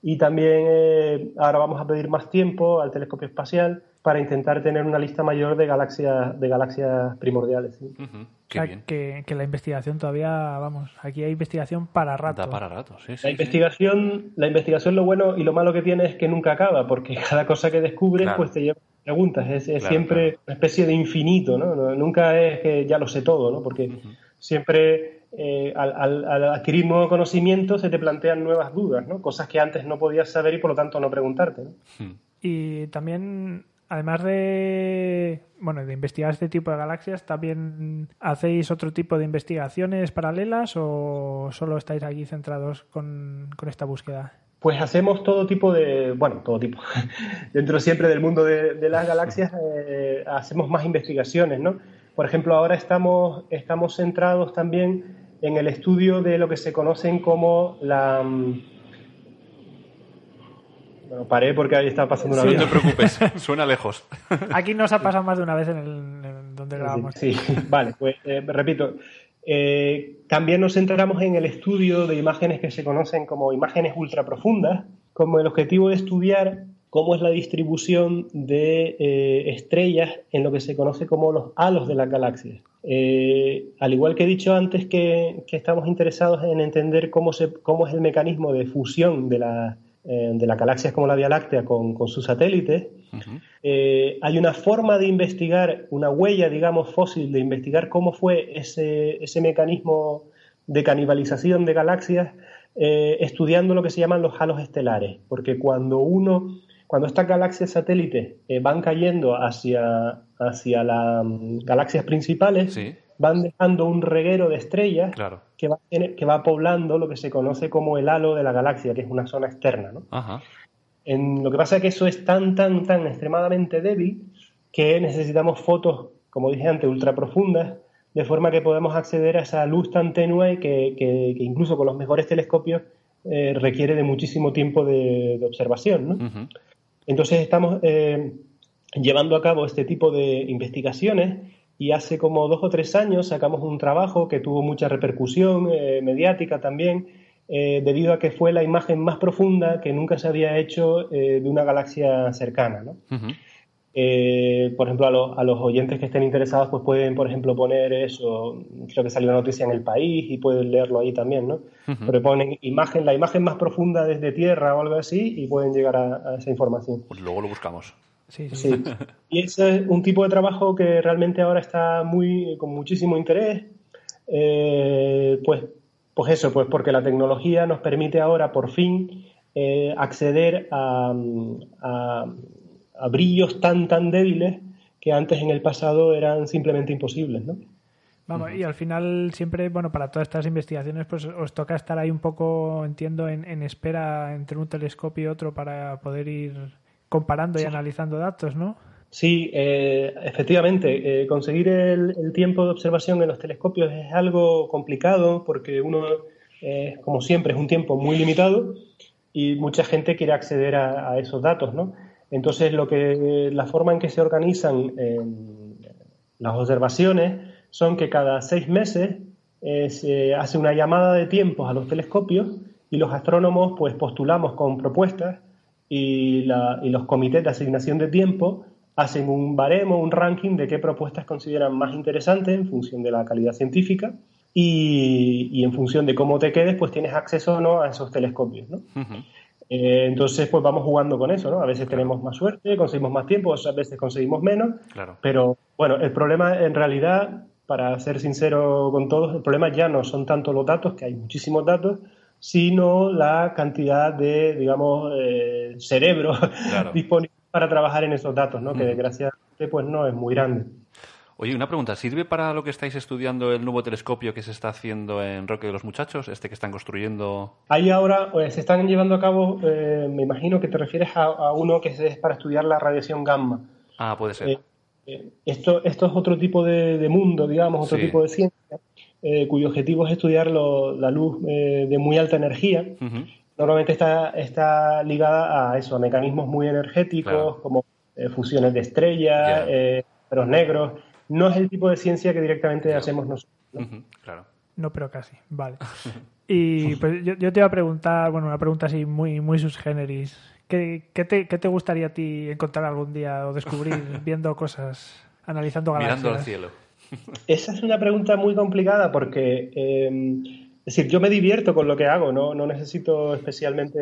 F: y también eh, ahora vamos a pedir más tiempo al telescopio espacial para intentar tener una lista mayor de galaxias, de galaxias primordiales. ¿sí?
D: Ujú.
E: O
D: Qué
E: sea,
D: bien.
E: que, que la investigación todavía, vamos, aquí hay investigación para rato.
D: Da para rato, sí, sí,
F: La
D: sí.
F: investigación, la investigación lo bueno y lo malo que tiene es que nunca acaba, porque cada cosa que descubres
D: Claro.
F: pues te lleva a preguntas, es, es
D: Claro,
F: siempre
D: claro.
F: una especie de infinito, ¿no? No- Nunca es que ya lo sé todo, ¿no? Porque siempre eh, al, al- al adquirir nuevo conocimiento se te plantean nuevas dudas, ¿no? Cosas que antes no podías saber y por lo tanto no preguntarte, ¿no?
D: Ujú.
E: Y también, además de bueno, de investigar este tipo de galaxias, ¿también hacéis otro tipo de investigaciones paralelas o solo estáis aquí centrados con, con esta búsqueda?
F: Pues hacemos todo tipo de, bueno, todo tipo, dentro siempre del mundo de, de las galaxias, eh, hacemos más investigaciones, ¿no? Por ejemplo, ahora estamos, estamos centrados también en el estudio de lo que se conocen como la, mm, Bueno, paré porque ahí estaba pasando una
D: No te
F: avión.
D: preocupes, suena lejos.
E: Aquí nos ha pasado más de una vez en, el, en donde grabamos.
F: Sí, sí. vale, pues eh, repito. Eh, también nos centramos en el estudio de imágenes que se conocen como imágenes ultraprofundas, como el objetivo de estudiar cómo es la distribución de eh, estrellas en lo que se conoce como los halos de las galaxias. Eh, al igual que he dicho antes que, que estamos interesados en entender cómo, se, cómo es el mecanismo de fusión de, la- eh, de las galaxias como la Vía Láctea con, con sus satélites, eh, hay una forma de investigar, una huella, digamos, fósil, de investigar cómo fue ese, ese mecanismo de canibalización de galaxias, eh, estudiando lo que se llaman los halos estelares. Porque cuando uno, cuando estas galaxias satélites eh, van cayendo hacia, hacia las mm, galaxias principales,
D: Sí,
F: van dejando un reguero de estrellas
D: claro.
F: que, va, tener- que va poblando lo que se conoce como el halo de la galaxia, que es una zona externa, ¿no?
D: Ajá.
F: En- lo que pasa es que eso es tan, tan, tan extremadamente débil que necesitamos fotos, como dije antes, ultra profundas, de forma que podemos acceder a esa luz tan tenue que, que- que incluso con los mejores telescopios eh, requiere de muchísimo tiempo de, de observación. ¿no?
D: Ujú.
F: Entonces estamos eh, llevando a cabo este tipo de investigaciones y hace como dos o tres años sacamos un trabajo que tuvo mucha repercusión eh, mediática también, eh, debido a que fue la imagen más profunda que nunca se había hecho eh, de una galaxia cercana. ¿no?
D: Ujú.
F: Eh, por ejemplo, a, los- a los oyentes que estén interesados, pues pueden, por ejemplo, poner eso, creo que salió una noticia en El País y pueden leerlo ahí también, ¿no? Pero ponen imagen, la imagen más profunda desde Tierra o algo así y pueden llegar a- a esa información.
D: Pues luego lo buscamos.
E: Sí, sí.
F: Sí. Y ese es eh, un tipo de trabajo que realmente ahora está muy con muchísimo interés. Eh, pues, pues eso, pues porque la tecnología nos permite ahora por fin eh, acceder a, mm, a- a brillos tan tan débiles que antes en el pasado eran simplemente imposibles, ¿no?
E: Vamos, y al final siempre, bueno, para todas estas investigaciones, pues os toca estar ahí un poco, entiendo, en, en espera entre un telescopio y otro para poder ir comparando y analizando datos, ¿no?
F: Sí, eh, efectivamente, eh, conseguir el, el tiempo de observación en los telescopios es algo complicado porque uno, eh, como siempre, es un tiempo muy limitado y mucha gente quiere acceder a, a esos datos, ¿no? Entonces, lo que, la forma en que se organizan eh, las observaciones son que cada seis meses eh, se hace una llamada de tiempos a los telescopios y los astrónomos pues postulamos con propuestas y, la- y los comités de asignación de tiempo hacen un baremo, un ranking de qué propuestas consideran más interesantes en función de la calidad científica y, y en función de cómo te quedes pues tienes acceso o no a esos telescopios, ¿no?
D: Ujú.
F: Eh, entonces pues vamos jugando con eso, ¿no? A veces tenemos más suerte, conseguimos más tiempo, otras veces conseguimos menos
D: Claro.
F: pero bueno, el problema en realidad, para ser sincero con todos, el problema ya no son tanto los datos, que hay muchísimos datos, sino la cantidad de, digamos, eh, cerebro
D: Claro.
F: disponible para trabajar en esos datos, ¿no? Que desgraciadamente pues no es muy grande.
D: Oye, una pregunta. ¿Sirve para lo que estáis estudiando el nuevo telescopio que se está haciendo en Roque de los Muchachos? Este que están construyendo.
F: Ahí ahora eh, se están llevando a cabo, eh, me imagino que te refieres a, a uno que es para estudiar la radiación gamma.
D: Ah, puede ser.
F: Eh, eh, esto, esto es otro tipo de, de mundo, digamos, otro
D: Sí.
F: tipo de ciencia, eh, cuyo objetivo es estudiar lo- la luz eh, de muy alta energía.
D: Ujú.
F: Normalmente está, está ligada a eso, a mecanismos muy energéticos,
D: Claro.
F: como eh, fusiones de estrellas,
D: Ya.
F: eh, agujeros negros. No es el tipo de ciencia que directamente
D: Ya.
F: hacemos nosotros. ¿no?
D: Ujú. Claro.
E: No, pero casi, vale. Y pues yo, yo te iba a preguntar, bueno, una pregunta así muy, muy sus generis. ¿Qué, qué te, qué te gustaría a ti encontrar algún día o descubrir viendo cosas, analizando galaxias?
D: Mirando al cielo.
F: Esa es una pregunta muy complicada porque, eh, es decir, yo me divierto con lo que hago, ¿no? no necesito especialmente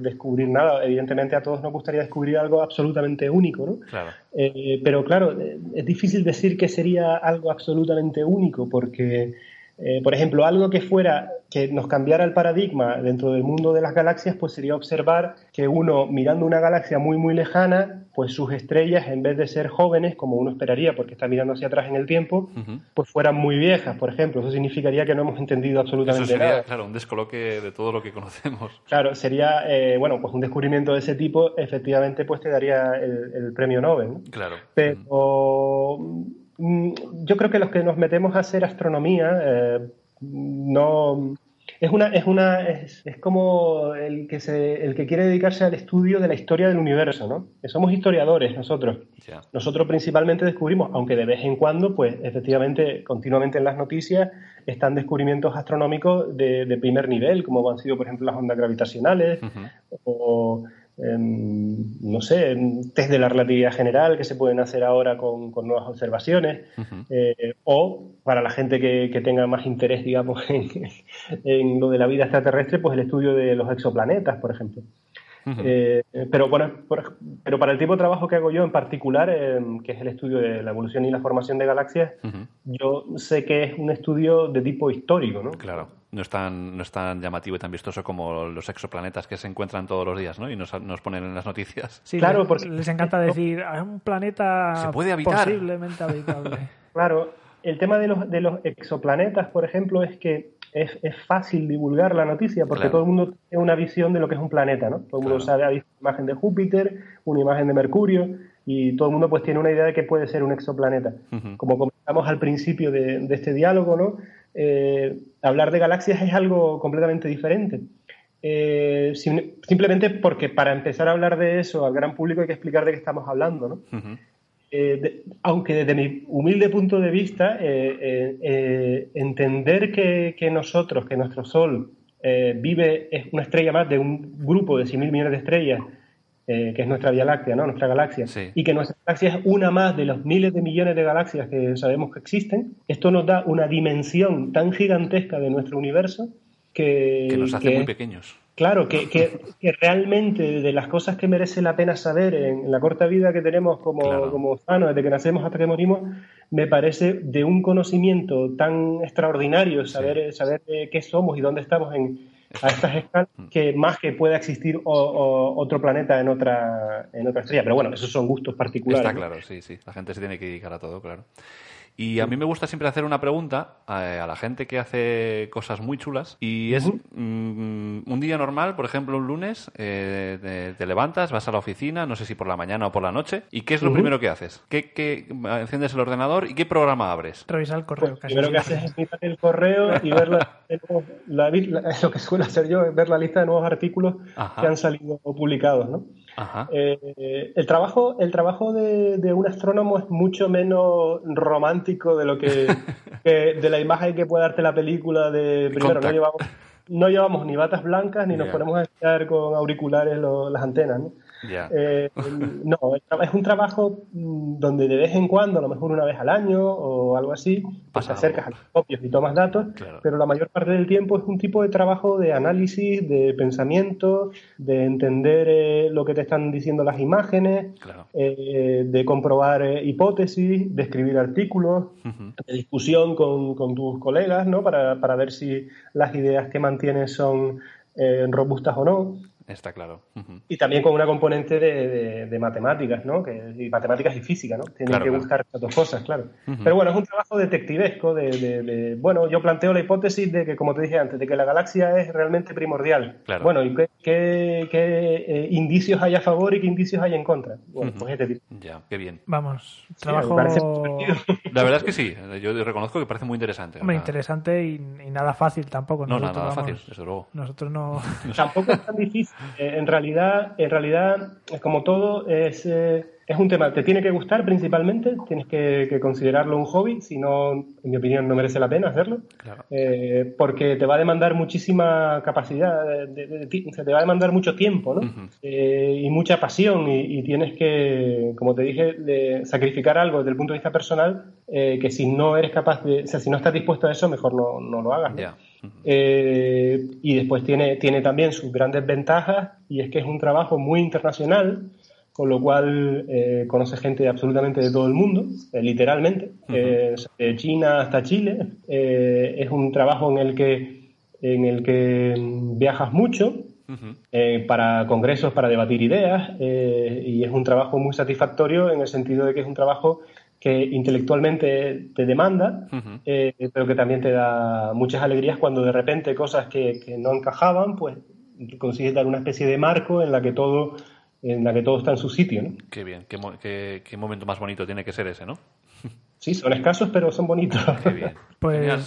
F: descubrir nada. Evidentemente a todos nos gustaría descubrir algo absolutamente único, ¿no?
D: Claro.
F: Eh, pero claro, eh, es difícil decir que sería algo absolutamente único porque, eh, por ejemplo, algo que fuera que nos cambiara el paradigma dentro del mundo de las galaxias, pues sería observar que uno mirando una galaxia muy muy lejana, pues sus estrellas en vez de ser jóvenes como uno esperaría porque está mirando hacia atrás en el tiempo,
D: Ujú.
F: pues fueran muy viejas, por ejemplo. Eso significaría que no hemos entendido absolutamente
D: Eso sería,
F: nada.
D: claro, un descoloque de todo lo que conocemos.
F: Claro, sería, eh, bueno, pues un descubrimiento de ese tipo efectivamente pues te daría el, el premio Nobel. ¿no?
D: Claro.
F: pero mm, yo creo que los que nos metemos a hacer astronomía eh, no Es una, es una, es, es como el que se, el que quiere dedicarse al estudio de la historia del universo, ¿no? Que somos historiadores nosotros.
D: Ya.
F: Nosotros principalmente descubrimos, aunque de vez en cuando, pues efectivamente, continuamente en las noticias están descubrimientos astronómicos de, de primer nivel, como han sido, por ejemplo, las ondas gravitacionales
D: Ujú.
F: o, em, no sé, em, test de la relatividad general que se pueden hacer ahora con, con nuevas observaciones.
D: Ujú.
F: Eh, o para la gente que, que tenga más interés, digamos, en, en lo de la vida extraterrestre, pues el estudio de los exoplanetas, por ejemplo.
D: Ujú.
F: Eh, pero, bueno, por- pero para el tipo de trabajo que hago yo en particular, eh, que es el estudio de la evolución y la formación de galaxias,
D: Ujú.
F: yo sé que es un estudio de tipo histórico, ¿no?
D: Claro, no es, tan, no es tan llamativo y tan vistoso como los exoplanetas que se encuentran todos los días, ¿no? Y nos, nos ponen en las noticias.
E: Sí,
F: Claro,
E: les,
F: porque-
E: les encanta decir, "Ah, un planeta
D: Se puede habitar".
E: posiblemente habitable.
F: Claro, el tema de los, de los exoplanetas, por ejemplo, es que es, es fácil divulgar la noticia porque
D: Claro.
F: todo el mundo tiene una visión de lo que es un planeta, ¿no? Todo el mundo
D: Claro.
F: sabe, hay una imagen de Júpiter, una imagen de Mercurio y todo el mundo pues tiene una idea de que puede ser un exoplaneta.
D: Ujú.
F: Como comentamos al principio de, de este diálogo, ¿no? Eh, hablar de galaxias es algo completamente diferente. Eh, sim- simplemente porque para empezar a hablar de eso al gran público hay que explicar de qué estamos hablando, ¿no?
D: Ujú.
F: Eh, de- aunque desde mi humilde punto de vista, eh, eh, eh, entender que, que nosotros, que nuestro Sol eh, vive, es una estrella más de un grupo de 100.000 millones de estrellas, eh, que es nuestra Vía Láctea, ¿no? Nuestra galaxia.
D: Sí.
F: Y que nuestra galaxia es una más de los miles de millones de galaxias que sabemos que existen. Esto nos da una dimensión tan gigantesca de nuestro universo que,
D: Que nos hace
F: que-
D: muy pequeños.
F: Claro, que, que- que realmente de las cosas que merece la pena saber en la corta vida que tenemos como,
D: Claro.
F: como humanos, desde que nacemos hasta que morimos, me parece de un conocimiento tan extraordinario saber, saber eh, qué somos y dónde estamos en, a estas escalas,
D: Mm.
F: que más que pueda existir o- o- otro planeta en otra, en otra estrella. Pero bueno, esos son gustos particulares.
D: Está
F: ¿no?
D: claro, sí, sí. La gente se tiene que dedicar a todo, claro. Y a mí me gusta siempre hacer una pregunta eh, a la gente que hace cosas muy chulas. Y es mm, un día normal, por ejemplo, un lunes, eh, te, te levantas, vas a la oficina, no sé si por la mañana o por la noche. ¿Y qué es lo primero que haces? ¿Qué, qué- enciendes el ordenador y qué programa abres?
E: Revisar el correo
F: Pues,
E: casi.
F: primero que
E: siempre.
F: haces es mirar el correo y ver la, la- la- lo que suelo hacer yo, es ver la lista de nuevos artículos
D: Ajá.
F: que han salido o publicados, ¿no?
D: Ajá.
F: Eh, el trabajo, el trabajo de, de un astrónomo es mucho menos romántico de lo que, que- de la imagen que puede darte la película de primero no
D: Contact.
F: llevamos, no llevamos ni batas blancas ni nos
D: Ya.
F: ponemos a estar con auriculares lo- las antenas, ¿no?
D: Ya.
F: Eh, no, el tra- es un trabajo mm, donde de vez en cuando, a lo mejor una vez al año o algo así, pues
D: Pasa
F: te acercas
D: algo.
F: a los copios y tomas datos,
D: Claro.
F: pero la mayor parte del tiempo es un tipo de trabajo de análisis, de pensamiento, de entender eh, lo que te están diciendo las imágenes,
D: Claro.
F: eh, de comprobar eh, hipótesis, de escribir artículos,
D: Ujú.
F: de discusión con, con tus colegas, ¿no? Para, para ver si las ideas que mantienes son eh, robustas o no.
D: Está claro. Ujú.
F: Y también con una componente de, de- de matemáticas, ¿no? Que, y matemáticas y física, ¿no? Tienen
D: Claro,
F: que
D: claro.
F: buscar estas dos cosas, claro.
D: Ujú.
F: Pero bueno, es un trabajo detectivesco. De, de- de- bueno, yo planteo la hipótesis de que, como te dije antes, de que la galaxia es realmente primordial.
D: Claro.
F: Bueno, ¿y qué, qué- qué, eh, indicios hay a favor y qué indicios hay en contra? Bueno,
D: Ujú.
F: pues este tipo.
D: Ya, qué bien.
E: Vamos,
F: me parece
E: trabajo
D: La verdad es que sí. eh, Yo reconozco que parece muy interesante.
E: hombre,
D: O sea,
E: interesante y, y nada fácil tampoco.
D: No, nada,
E: Nosotros,
D: nada
E: vamos,
D: fácil, desde luego.
E: Nosotros no...
F: Tampoco es tan difícil. Eh, En realidad, en realidad, es como todo, es, eh, es un tema. Te tiene que gustar principalmente, tienes que, que considerarlo un hobby, si no, en mi opinión, no merece la pena hacerlo.
D: Claro.
F: Eh, porque te va a demandar muchísima capacidad, de- de- de ti- o sea, te va a demandar mucho tiempo, ¿no?
D: Ujú.
F: Eh, y mucha pasión, y, y tienes que, como te dije, de sacrificar algo desde el punto de vista personal, eh, que si no eres capaz de, o sea, si no estás dispuesto a eso, mejor no, no lo hagas. ¿no?
D: Ya. Ujú.
F: Eh, y después tiene, tiene también sus grandes ventajas y es que es un trabajo muy internacional, con lo cual eh, conoce gente absolutamente de todo el mundo, eh, literalmente, eh, de China hasta Chile. Eh, es un trabajo en el que, en el que mm, viajas mucho,
D: Ujú.
F: eh, para congresos, para debatir ideas, eh, y es un trabajo muy satisfactorio en el sentido de que es un trabajo que intelectualmente te demanda,
D: Ujú.
F: eh, pero que también te da muchas alegrías cuando de repente cosas que, que no encajaban, pues consigues dar una especie de marco en la que todo, en la que todo está en su sitio. ¿no?
D: Qué bien, qué, mo- qué- qué momento más bonito tiene que ser ese, ¿no?
F: Sí, son escasos, pero son bonitos.
D: Qué bien.
E: Pues
D: Genial.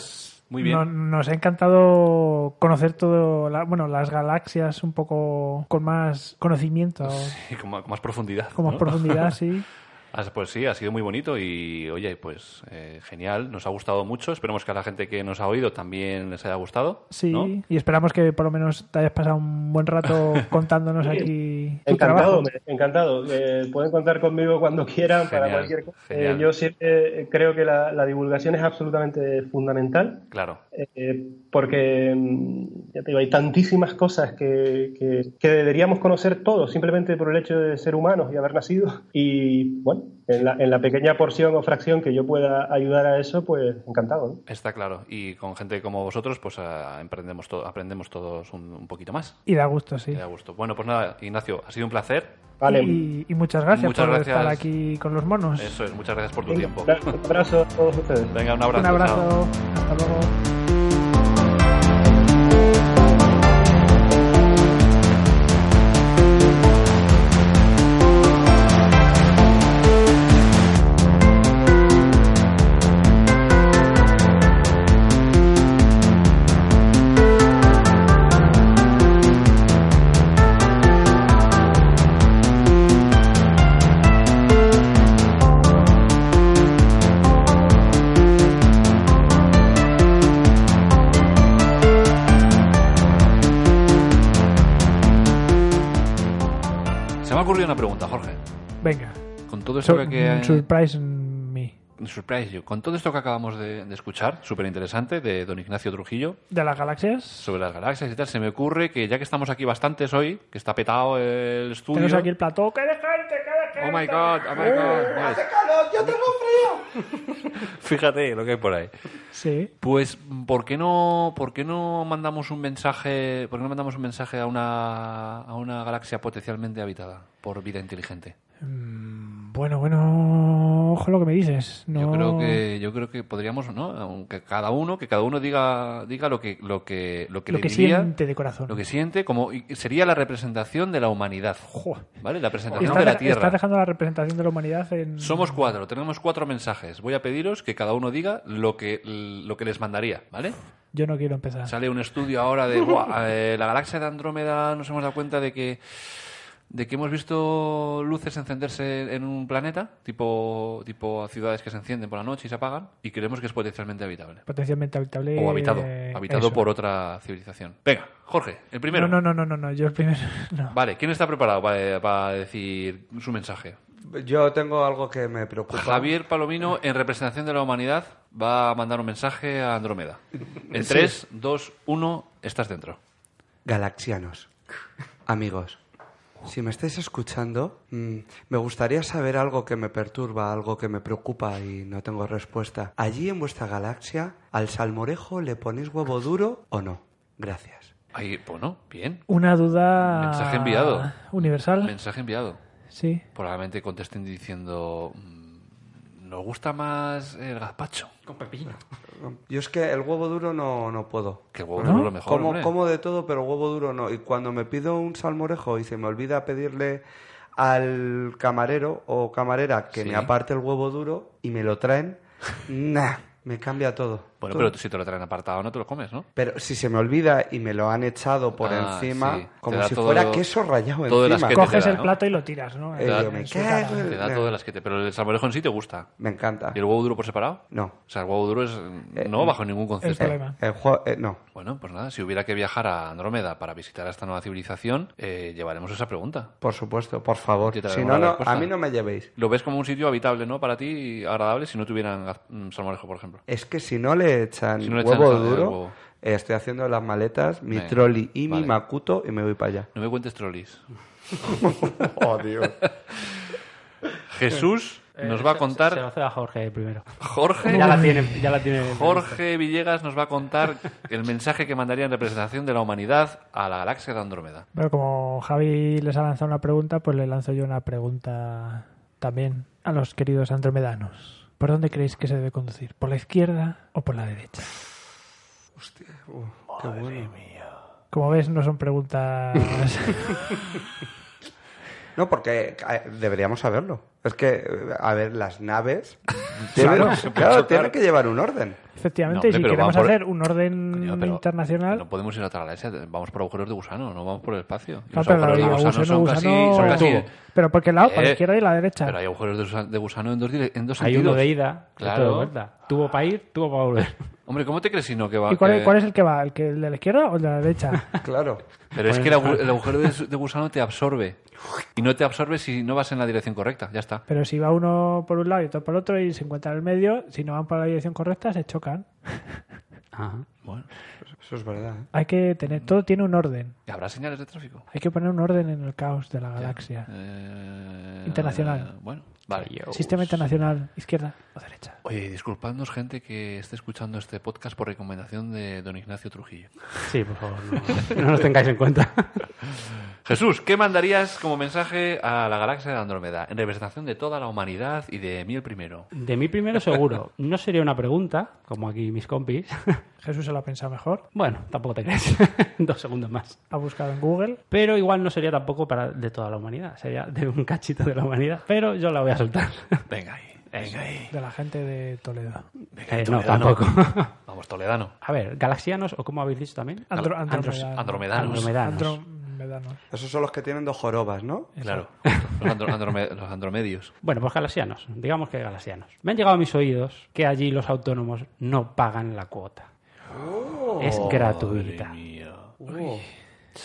D: Muy bien.
E: No- nos ha encantado conocer todo, la- bueno, las galaxias un poco con más conocimiento,
D: Sí, con, ma- con más profundidad.
E: con más
D: ¿no?
E: profundidad, sí.
D: Ah, Pues sí, ha sido muy bonito y, oye, pues eh, genial, nos ha gustado mucho. Esperemos que a la gente que nos ha oído también les haya gustado.
E: Sí,
D: ¿no?
E: y esperamos que por lo menos te hayas pasado un buen rato contándonos aquí tu
F: Encantado,
E: trabajo.
F: hombre, encantado. Eh, pueden contar conmigo cuando quieran para
D: Genial,
F: cualquier cosa. Eh,
D: genial.
F: yo siempre eh, creo que la, la divulgación es absolutamente fundamental.
D: Claro.
F: eh, porque mm, ya te digo, hay tantísimas cosas que, que- que deberíamos conocer todos simplemente por el hecho de ser humanos y haber nacido. Y bueno, en la, en la pequeña porción o fracción que yo pueda ayudar a eso, pues encantado. ¿no?
D: Está claro. Y con gente como vosotros, pues ah, emprendemos to- aprendemos todos un, un poquito más.
E: Y da gusto, sí.
D: Me da gusto. Bueno, pues nada, Ignacio, ha sido un placer.
F: Vale,
E: Y, y muchas gracias
D: Muchas
E: por
D: gracias.
E: estar aquí con los monos.
D: Eso es, muchas gracias por tu
F: un
D: tiempo.
F: abrazo a todos ustedes.
D: Venga, un abrazo.
E: Un
D: chao.
E: abrazo. Hasta luego.
D: Se me ha ocurrido una pregunta, Jorge.
E: Venga.
D: Con todo esto
E: Sur-
D: que...
E: Surprise me.
D: Surprise you. Con todo esto que acabamos de, de escuchar, súper interesante, de don Ignacio Trujillo,
E: ¿De las galaxias?
D: sobre las galaxias y tal, se me ocurre que ya que estamos aquí bastantes hoy, que está petado el estudio...
E: Tenemos aquí el plató. ¡Que de gente, que de
D: Oh
E: gente!
D: my god, oh my god. Nice.
B: calor! ¡Yo tengo frío!
D: Fíjate lo que hay por ahí.
E: Sí.
D: Pues, ¿por qué no, por qué no mandamos un mensaje, por qué no mandamos un mensaje a una, a una galaxia potencialmente habitada por vida inteligente?
E: Mm, Bueno, bueno. Ojo lo que me dices. No...
D: Yo creo que, yo creo que podríamos, ¿no? Aunque cada uno, que cada uno diga, diga lo que, lo que, lo que
E: Lo
D: le
E: que
D: diría,
E: siente de corazón.
D: lo que siente, como y sería la representación de la humanidad, ¿vale? La representación
E: Estás
D: de la
E: deja- estás
D: Tierra.
E: dejando la representación de la humanidad en.
D: Somos cuatro, tenemos cuatro mensajes. Voy a pediros que cada uno diga lo que, lo que les mandaría, ¿vale?
E: Yo no quiero empezar.
D: Sale un estudio ahora de "Buah, eh, la galaxia de Andrómeda. Nos hemos dado cuenta de que de que hemos visto luces encenderse en un planeta, tipo tipo ciudades que se encienden por la noche y se apagan, y creemos que es potencialmente habitable
E: Potencialmente habitable.
D: o habitado,
E: eh,
D: habitado
E: eso.
D: por otra civilización. Venga, Jorge, el primero.
E: No, no, no, no, no, no. Yo el primero. No.
D: Vale, ¿quién está preparado para, para decir su mensaje?
B: Yo tengo algo que me preocupa.
D: Javier Palomino, en representación de la humanidad, va a mandar un mensaje a Andrómeda. En 3, 2, 1, estás dentro.
B: Galaxianos. Amigos. Si me estáis escuchando, mm, me gustaría saber algo que me perturba, algo que me preocupa y no tengo respuesta. Allí en vuestra galaxia, ¿al salmorejo le ponéis huevo duro o no? Gracias.
D: Ahí, bueno, bien.
E: Una duda.
D: Mensaje enviado.
E: Universal.
D: Mensaje enviado.
E: sí.
D: Probablemente contesten diciendo. mm, Nos gusta más el gazpacho.
A: Con pepino.
B: Yo es que el huevo duro no, no puedo.
D: Que huevo
E: ¿No?
D: duro es lo mejor.
B: Como,
D: hombre.
B: como de todo, pero huevo duro no. Y cuando me pido un salmorejo y se me olvida pedirle al camarero o camarera que
D: Sí.
B: me aparte el huevo duro y me lo traen, nah, me cambia todo.
D: Bueno,
B: Todo.
D: pero si te lo traen apartado, no te lo comes, ¿no?
B: Pero si se me olvida y me lo han echado por
D: Ah,
B: encima,
D: sí. Te
B: como
D: da
B: si
D: todo-
B: fuera queso rayado
D: todo el
B: encima.
D: asquete.
E: Coges
D: da,
E: el
D: ¿no?
E: plato y lo tiras, ¿no?
B: Eh, Ah.
E: En-
D: yo
E: en
B: me
E: su
B: cago
E: cara.
B: en-
D: Te da
B: Nah.
D: todas las que te. Pero el salmorejón sí te gusta.
B: Me encanta.
D: ¿Y el huevo duro por separado?
B: No.
D: O sea, el huevo duro es. mm, No, bajo ningún
E: El
D: concepto.
E: problema.
B: El jue- eh, no.
D: Bueno, pues nada, si hubiera que viajar a Andrómeda para visitar a esta nueva civilización, eh, llevaremos esa pregunta.
B: Por supuesto, por favor.
D: Yo te
B: Si
D: daré
B: no,
D: una
B: no,
D: respuesta.
B: a mí no me llevéis.
D: Lo ves como un sitio habitable, ¿no? Para ti, y agradable, si no tuvieran gaz- mm, salmorejo, por ejemplo.
B: Es que si no le echan
D: Si no le echan
B: huevo
D: el
B: duro,
D: huevo.
B: eh, estoy haciendo las maletas, mi
D: Venga,
B: trolley y
D: vale.
B: mi macuto y me voy para allá.
D: No me cuentes trolis.
B: Oh, Dios. Jesús.
D: Nos va a
A: Eh, Se lo
D: contar
A: hace a Jorge primero.
D: Jorge.
A: Ya la tiene, ya la tiene.
D: Jorge Villegas nos va a contar el mensaje que mandaría en representación de la humanidad a la galaxia de Andrómeda.
E: Bueno, como Javi les ha lanzado una pregunta, pues le lanzo yo una pregunta también a los queridos andromedanos. ¿Por dónde creéis que se debe conducir? ¿Por la izquierda o por la derecha?
B: Qué bueno.
E: Como ves, no son preguntas
B: No, porque eh, deberíamos saberlo. Es que, eh, a ver, las naves.
D: Claro,
B: tienen-
D: se puede
B: claro,
D: chocar.
B: tienen que llevar un orden.
E: Efectivamente,
D: No,
E: y si
D: hombre, pero
E: queremos
D: vamos por-
E: hacer un orden
D: Coño, pero
E: Mm, internacional,
D: No podemos ir a otra galaxia, vamos por agujeros de gusano, no vamos por el espacio. Y
E: No,
D: los
E: pero
D: agujeros
E: la
D: de gusano,
E: gusano,
D: son
E: gusano-
D: casi. Son casi
E: Pero por qué lado, por la
D: Eh,
E: izquierda y la derecha.
D: pero hay agujeros de, gusa- de gusano en dos, dire- en dos
A: Hay
D: sentidos.
A: uno de ida,
D: Claro.
A: otro de vuelta. Tuvo para ir, tuvo para volver.
D: Hombre, ¿cómo te crees si no que va?
E: ¿Y cuál,
D: que-
E: es- cuál es el que va? ¿El, que, el de la izquierda o el de la derecha?
B: Claro.
D: Pero
E: Pues
D: es que el, agu- el agujero de, su- de gusano te absorbe. Y no te absorbe si no vas en la dirección correcta. Ya está.
E: Pero si va uno por un lado y otro por otro y se encuentran en el medio, si no van por la dirección correcta, se chocan.
A: Ajá.
B: Eso es verdad. ¿eh?
E: Hay que tener, todo
D: Mm.
E: tiene un orden.
D: ¿Y ¿Habrá señales de tráfico?
E: Hay que poner un orden en el caos de la galaxia.
D: Eh,
E: Internacional.
D: Bueno, vale.
E: Sistema internacional, izquierda o derecha.
D: Oye, disculpadnos, gente, que esté escuchando este podcast por recomendación de don Ignacio Trujillo.
A: Sí, por favor, no, no nos tengáis en cuenta.
D: Jesús, ¿qué mandarías como mensaje a la galaxia de Andrómeda en representación de toda la humanidad y de mí el primero?
A: De mí primero seguro. No sería una pregunta, como aquí mis compis.
E: Jesús se lo ha pensado mejor,
A: Bueno, tampoco te crees. Dos segundos más.
E: ha buscado en Google.
A: Pero igual no sería tampoco para de toda la humanidad. Sería de un cachito de la humanidad. Pero yo la voy a soltar.
D: Venga ahí, venga ahí.
E: De la gente de Toledo.
D: Venga,
A: Eh, no,
D: toledano.
A: tampoco.
D: Vamos, toledano.
A: A ver, galaxianos, o como habéis dicho también.
E: Andro-
D: Andros-
E: Andromedanos.
D: andromedanos.
A: Andromedanos.
E: Andromedanos.
B: Esos son los que tienen dos jorobas, ¿no?
D: Claro, los, andro- androme- los andromedios.
A: Bueno, pues galaxianos, digamos que galaxianos. Me han llegado a mis oídos que allí los autónomos no pagan la cuota. es gratuita.
D: Oh. Madre mía.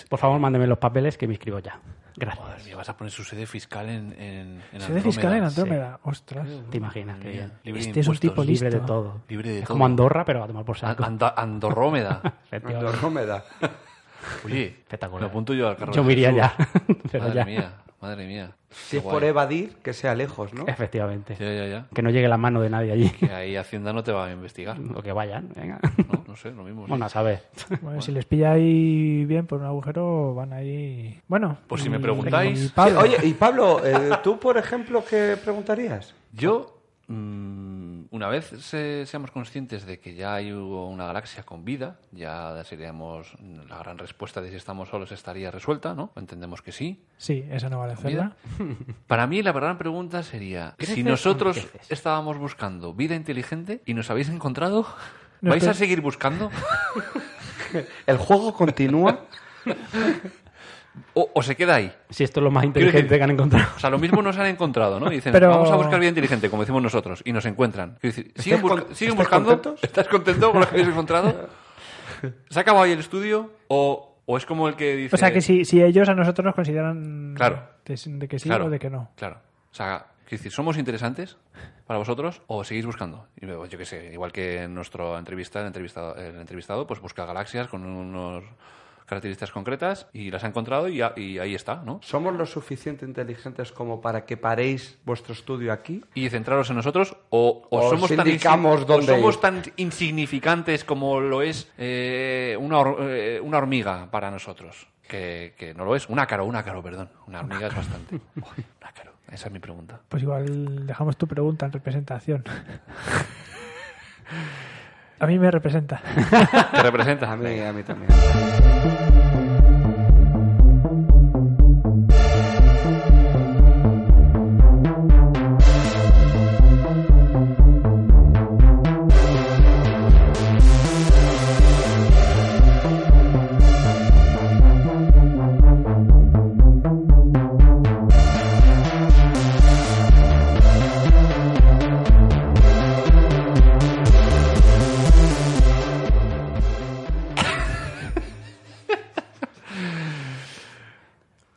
A: Por favor, mándeme los papeles que me inscribo ya. Gracias.
D: Madre mía, vas a poner su sede fiscal en, en, en
E: Sede fiscal en
D: Andrómeda.
E: Andrómeda. Ostras.
D: Mm,
A: ¿Te imaginas qué bien?
D: Libre de
E: Este es un
D: impuestos.
E: tipo
A: Libre de
E: Listo.
A: todo.
D: Libre de
A: es
D: todo.
A: como Andorra, pero a tomar por saco.
D: An- Anda- Andorrómeda.
A: Efectivamente.
B: Andrómeda.
D: Oye,
A: Espectacular.
D: me apunto yo al carro.
A: Yo
D: de
A: me iría
D: Jesús.
A: ya. pero
D: Madre
A: ya.
D: mía, madre mía.
B: Si
D: Qué
B: es por
D: guay.
B: evadir, que sea lejos, ¿no?
A: Efectivamente.
D: Ya, ya, ya.
A: Que no llegue la mano de nadie allí.
D: Que ahí Hacienda no te va a investigar. ¿no?
A: O que vayan, venga.
D: No sé, lo mismo. sí.
A: Bueno, a saber.
E: Bueno, si les pilla ahí bien por un agujero, van ahí. Bueno.
D: Pues si me
E: y-
D: preguntáis-
E: y Pablo.
B: Oye, y Pablo, eh, ¿tú, por ejemplo, qué preguntarías?
D: Yo, mm, una vez se- seamos conscientes de que ya hay hubo una galaxia con vida, ya seríamos la gran respuesta de si estamos solos estaría resuelta, ¿no? Entendemos que sí.
E: Sí, esa no vale hacerla.
D: Para mí la gran pregunta sería, si
A: ¿Creces o no
D: nosotros
A: creces?
D: estábamos buscando vida inteligente y nos habéis encontrado,
E: No,
D: ¿vais
E: pero-
D: a seguir buscando?
B: ¿El juego continúa?
D: ¿O, o se queda ahí?
A: Si esto es lo más inteligente
D: decir-
A: que han encontrado.
D: O sea, lo mismo nos han encontrado, ¿no? Y dicen,
E: Pero-
D: vamos a buscar vida inteligente, como decimos nosotros, y nos encuentran. Quiero decir, siguen, busca-
B: con-
D: siguen
B: estáis
D: buscando.
B: contentos?
D: ¿Estás contento con lo que habéis encontrado? ¿Se ha acabado ahí el estudio? ¿O, o es como el que dice.
E: O sea, que si, si ellos a nosotros nos consideran.
D: Claro.
E: De, de que sí
D: Claro,
E: o de que no.
D: Claro. O sea, quiero decir, ¿somos interesantes para vosotros o seguís buscando? Y luego, yo qué sé, igual que en nuestra entrevista, el entrevistado, el entrevistado pues busca galaxias con unos características concretas y las ha encontrado y, a- y ahí está, ¿no?
B: ¿Somos lo suficiente inteligentes como para que paréis vuestro estudio aquí?
D: y centraros en nosotros o, o
B: O
D: somos, tan,
B: sindicamos
D: insi-
B: dónde
D: o somos
B: ir.
D: tan insignificantes como lo es eh, una, hor- eh, una hormiga para nosotros. Que, que no lo es. Un ácaro, un ácaro, perdón. Una hormiga es bastante. Uy, un ácaro. Esa es mi pregunta.
E: Pues igual dejamos tu pregunta en representación. a mí me representa.
D: ¿Te representa?
B: A mí, a mí también.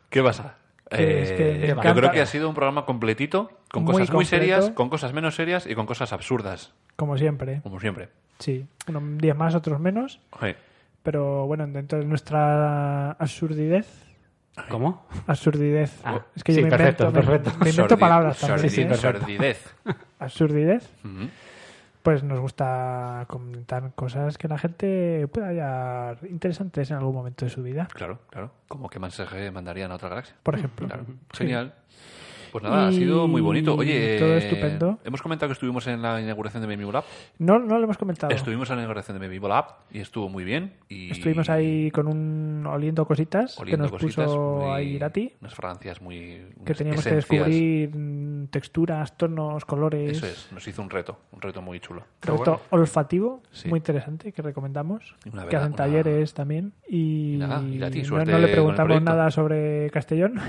D: ¿Qué pasa? Eh,
E: Que es que me
D: yo
E: encanta.
D: creo que ha sido un programa completito, con
E: Muy
D: cosas muy
E: completo.
D: serias, con cosas menos serias y con cosas absurdas,
E: Como siempre. ¿eh?
D: como siempre.
E: Sí. Unos días más, otros menos.
D: Sí.
E: Pero bueno, dentro de nuestra absurdidez.
A: ¿Cómo?
E: Absurdidez.
A: Ah,
E: es que
A: sí,
E: yo me
A: perfecto,
E: invento, me-
A: perfecto.
E: me invento
D: Sordi-
E: palabras también.
D: sordi-
E: ¿eh?
D: sordidez.
E: Absurdidez.
D: Ujú.
E: Pues nos gusta comentar cosas que la gente pueda hallar interesantes en algún momento de su vida.
D: Claro, claro. Como que mensaje mandarían a otra galaxia.
E: Por ejemplo.
D: Claro. Genial. Pues nada, ha sido muy bonito. Oye,
E: Y todo
D: eh,
E: estupendo.
D: hemos comentado que estuvimos en la inauguración de Baby Lab.
E: No, no lo hemos comentado.
D: Estuvimos en la inauguración de Baby Lab y estuvo muy bien. Y
E: Estuvimos ahí con un oliendo cositas
D: oliendo
E: que nos
D: cositas
E: puso
D: muy-
E: ahí Irati,
D: Unas francias muy.
E: que
D: unas
E: teníamos que
D: esencias.
E: descubrir mm, texturas, tonos, colores.
D: Eso es, nos hizo un reto, un reto muy chulo.
E: Reto olfativo,
D: Sí.
E: muy interesante, que recomendamos.
D: Y una
E: que
D: vela-
E: hacen
D: una-
E: talleres también. Y
D: Nada, Irati,
E: no-
D: suerte
E: no,
D: con
E: le
D: el
E: preguntamos
D: proyecto.
E: nada sobre Castellón.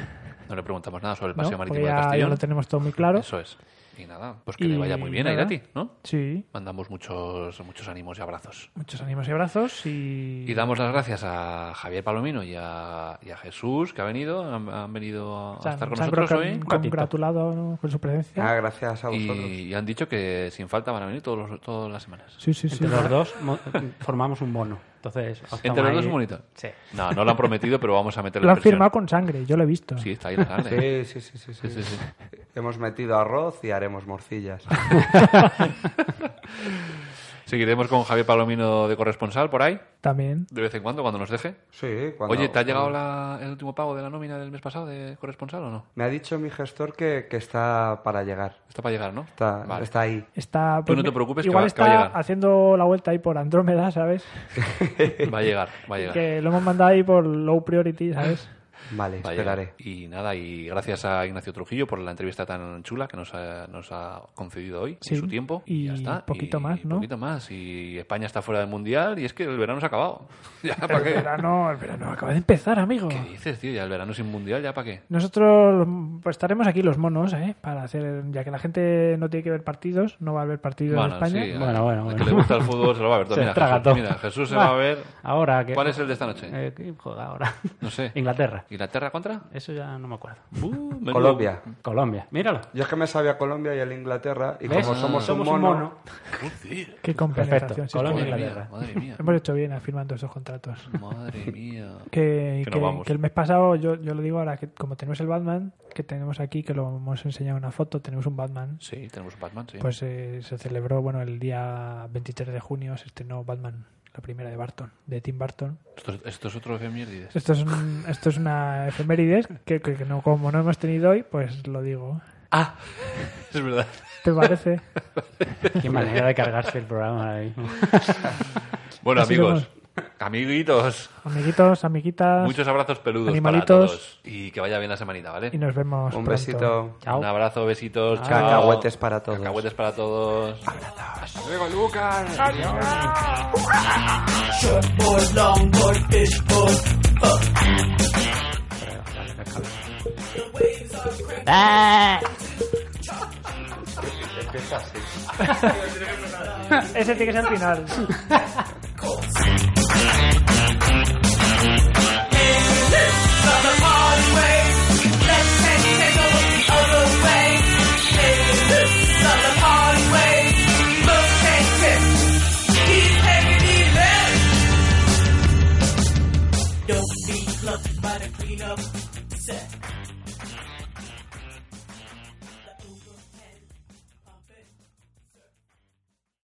D: No le preguntamos nada sobre el
E: ¿no?
D: paseo
E: Porque
D: marítimo de
E: ya, ya
D: Castellón.
E: lo tenemos todo muy claro.
D: Eso es. Y nada, pues que
E: Y
D: le vaya muy bien a
E: nada.
D: Irati, ¿no?
E: Sí,
D: Mandamos muchos, muchos ánimos y abrazos.
E: muchos ánimos y abrazos. Y,
D: Y damos las gracias a Javier Palomino y a, y a Jesús, que ha venido, han, han venido a, a
E: se han-
D: estar con
E: se han
D: nosotros
E: con-
D: hoy.
E: congratulado ¿no? con su presencia.
B: Ah, gracias a
D: Y,
B: vosotros.
D: y han dicho que sin falta van a venir todos los- todas las semanas.
E: Sí, sí, sí.
A: Entre los dos mo- formamos un mono. Entonces, os
D: Entre
A: tomo
D: los dos
A: ahí-
D: es bonito.
A: Sí.
D: No, no lo han prometido, pero vamos a meter
E: Lo
D: la
E: han
D: presión.
E: firmado con sangre, yo lo he visto.
D: Sí, está ahí la sangre.
B: Sí, sí, sí, sí, sí.
D: Sí, sí, sí.
B: Hemos metido arroz y haremos morcillas.
D: Seguiremos con Javier Palomino de corresponsal por ahí,
E: También.
D: de vez en cuando, cuando nos deje.
B: Sí, cuando-
D: Oye, ¿te ha llegado la- el último pago de la nómina del mes pasado de corresponsal o no?
B: Me ha dicho mi gestor que, que está para llegar.
D: Está para llegar, ¿no?
B: Está,
D: Vale.
B: está ahí.
E: Está,
D: Tú no te preocupes que
E: igual
D: va- que va
E: está
D: a llegar.
E: haciendo la vuelta ahí por Andrómeda, ¿sabes?
D: Va a llegar, va a llegar.
E: Que lo hemos mandado ahí por low priority, ¿sabes?
B: Vale,
D: Va a llegar.
B: esperaré.
D: Y nada, y gracias a Ignacio Trujillo por la entrevista tan chula que nos ha, nos ha concedido hoy,
E: Sí.
D: en su tiempo.
E: Y
D: ya está.
E: poquito más, ¿no?
D: poquito más. Y España está fuera del mundial y es que el verano se ha acabado. ¿Ya para
E: El
D: qué?
E: verano, el verano acaba de empezar, amigo.
D: ¿Qué dices, tío? Ya el verano sin mundial, ¿ya para qué?
E: Nosotros pues, estaremos aquí los monos, ¿eh? Para hacer, ya que la gente no tiene que ver partidos, no va a ver partidos en España.
D: sí,
A: Bueno,
D: al-
A: bueno,
D: al que
A: bueno.
D: le gusta el fútbol se lo va a ver todo.
A: Se
D: mira,
A: traga
D: Jesús,
A: todo.
D: mira, Jesús se
A: Va.
D: va a ver.
A: Ahora que...
D: ¿Cuál es el de esta noche?
A: Eh, ¿Quién juega ahora?
D: No sé.
A: Inglaterra.
D: ¿Inglaterra contra?
A: Eso ya no me acuerdo.
D: Uh, menudo-
B: Colombia.
A: Colombia. Míralo.
B: Yo es que me sabía Colombia y el Inglaterra. Y
A: ¿Ves?
B: como somos,
A: Somos
B: un mono,
D: Joder,
E: Qué compensación.
A: Perfecto. Colombia e
D: madre mía,
A: Inglaterra.
D: madre mía.
E: Hemos hecho bien afirmando esos contratos.
D: Madre mía.
E: Que,
D: Que
E: que,
D: nos vamos.
E: que el mes pasado, yo, yo lo digo ahora, que como tenemos el Batman, que tenemos aquí, que lo hemos enseñado en una foto, tenemos un Batman.
D: Sí, tenemos un Batman, sí.
E: Pues eh, se celebró, bueno, el día 23 de junio se estrenó Batman, la primera de Barton, de Tim Burton.
D: Esto, es- esto es otro efemérides.
E: Esto es, un- esto es una efemérides que, que- que no, como no hemos tenido hoy, pues lo digo.
D: Ah, es verdad.
E: ¿Te parece?
A: Qué manera de cargarse el programa ahora mismo.
D: Bueno,
E: Así
D: amigos, amiguitos,
E: Amiguitos, amiguitas.
D: muchos abrazos peludos
E: Ah, Animalitos.
D: para todos y que vaya bien la semanita, ¿vale?
E: Y nos vemos.
B: un
E: pronto.
B: besito.
A: Chao.
D: Un abrazo, besitos, chao.
B: Ah, Cacahuetes para todos.
D: Cacahuetes para todos.
C: Short boy, long boy, fish boy.
E: Ese tiene que ser el final.
C: the hard way. Let's take it over the other way. Not the hard way. Look at him. He's taking the left. Don't be clucked by the cleanup set.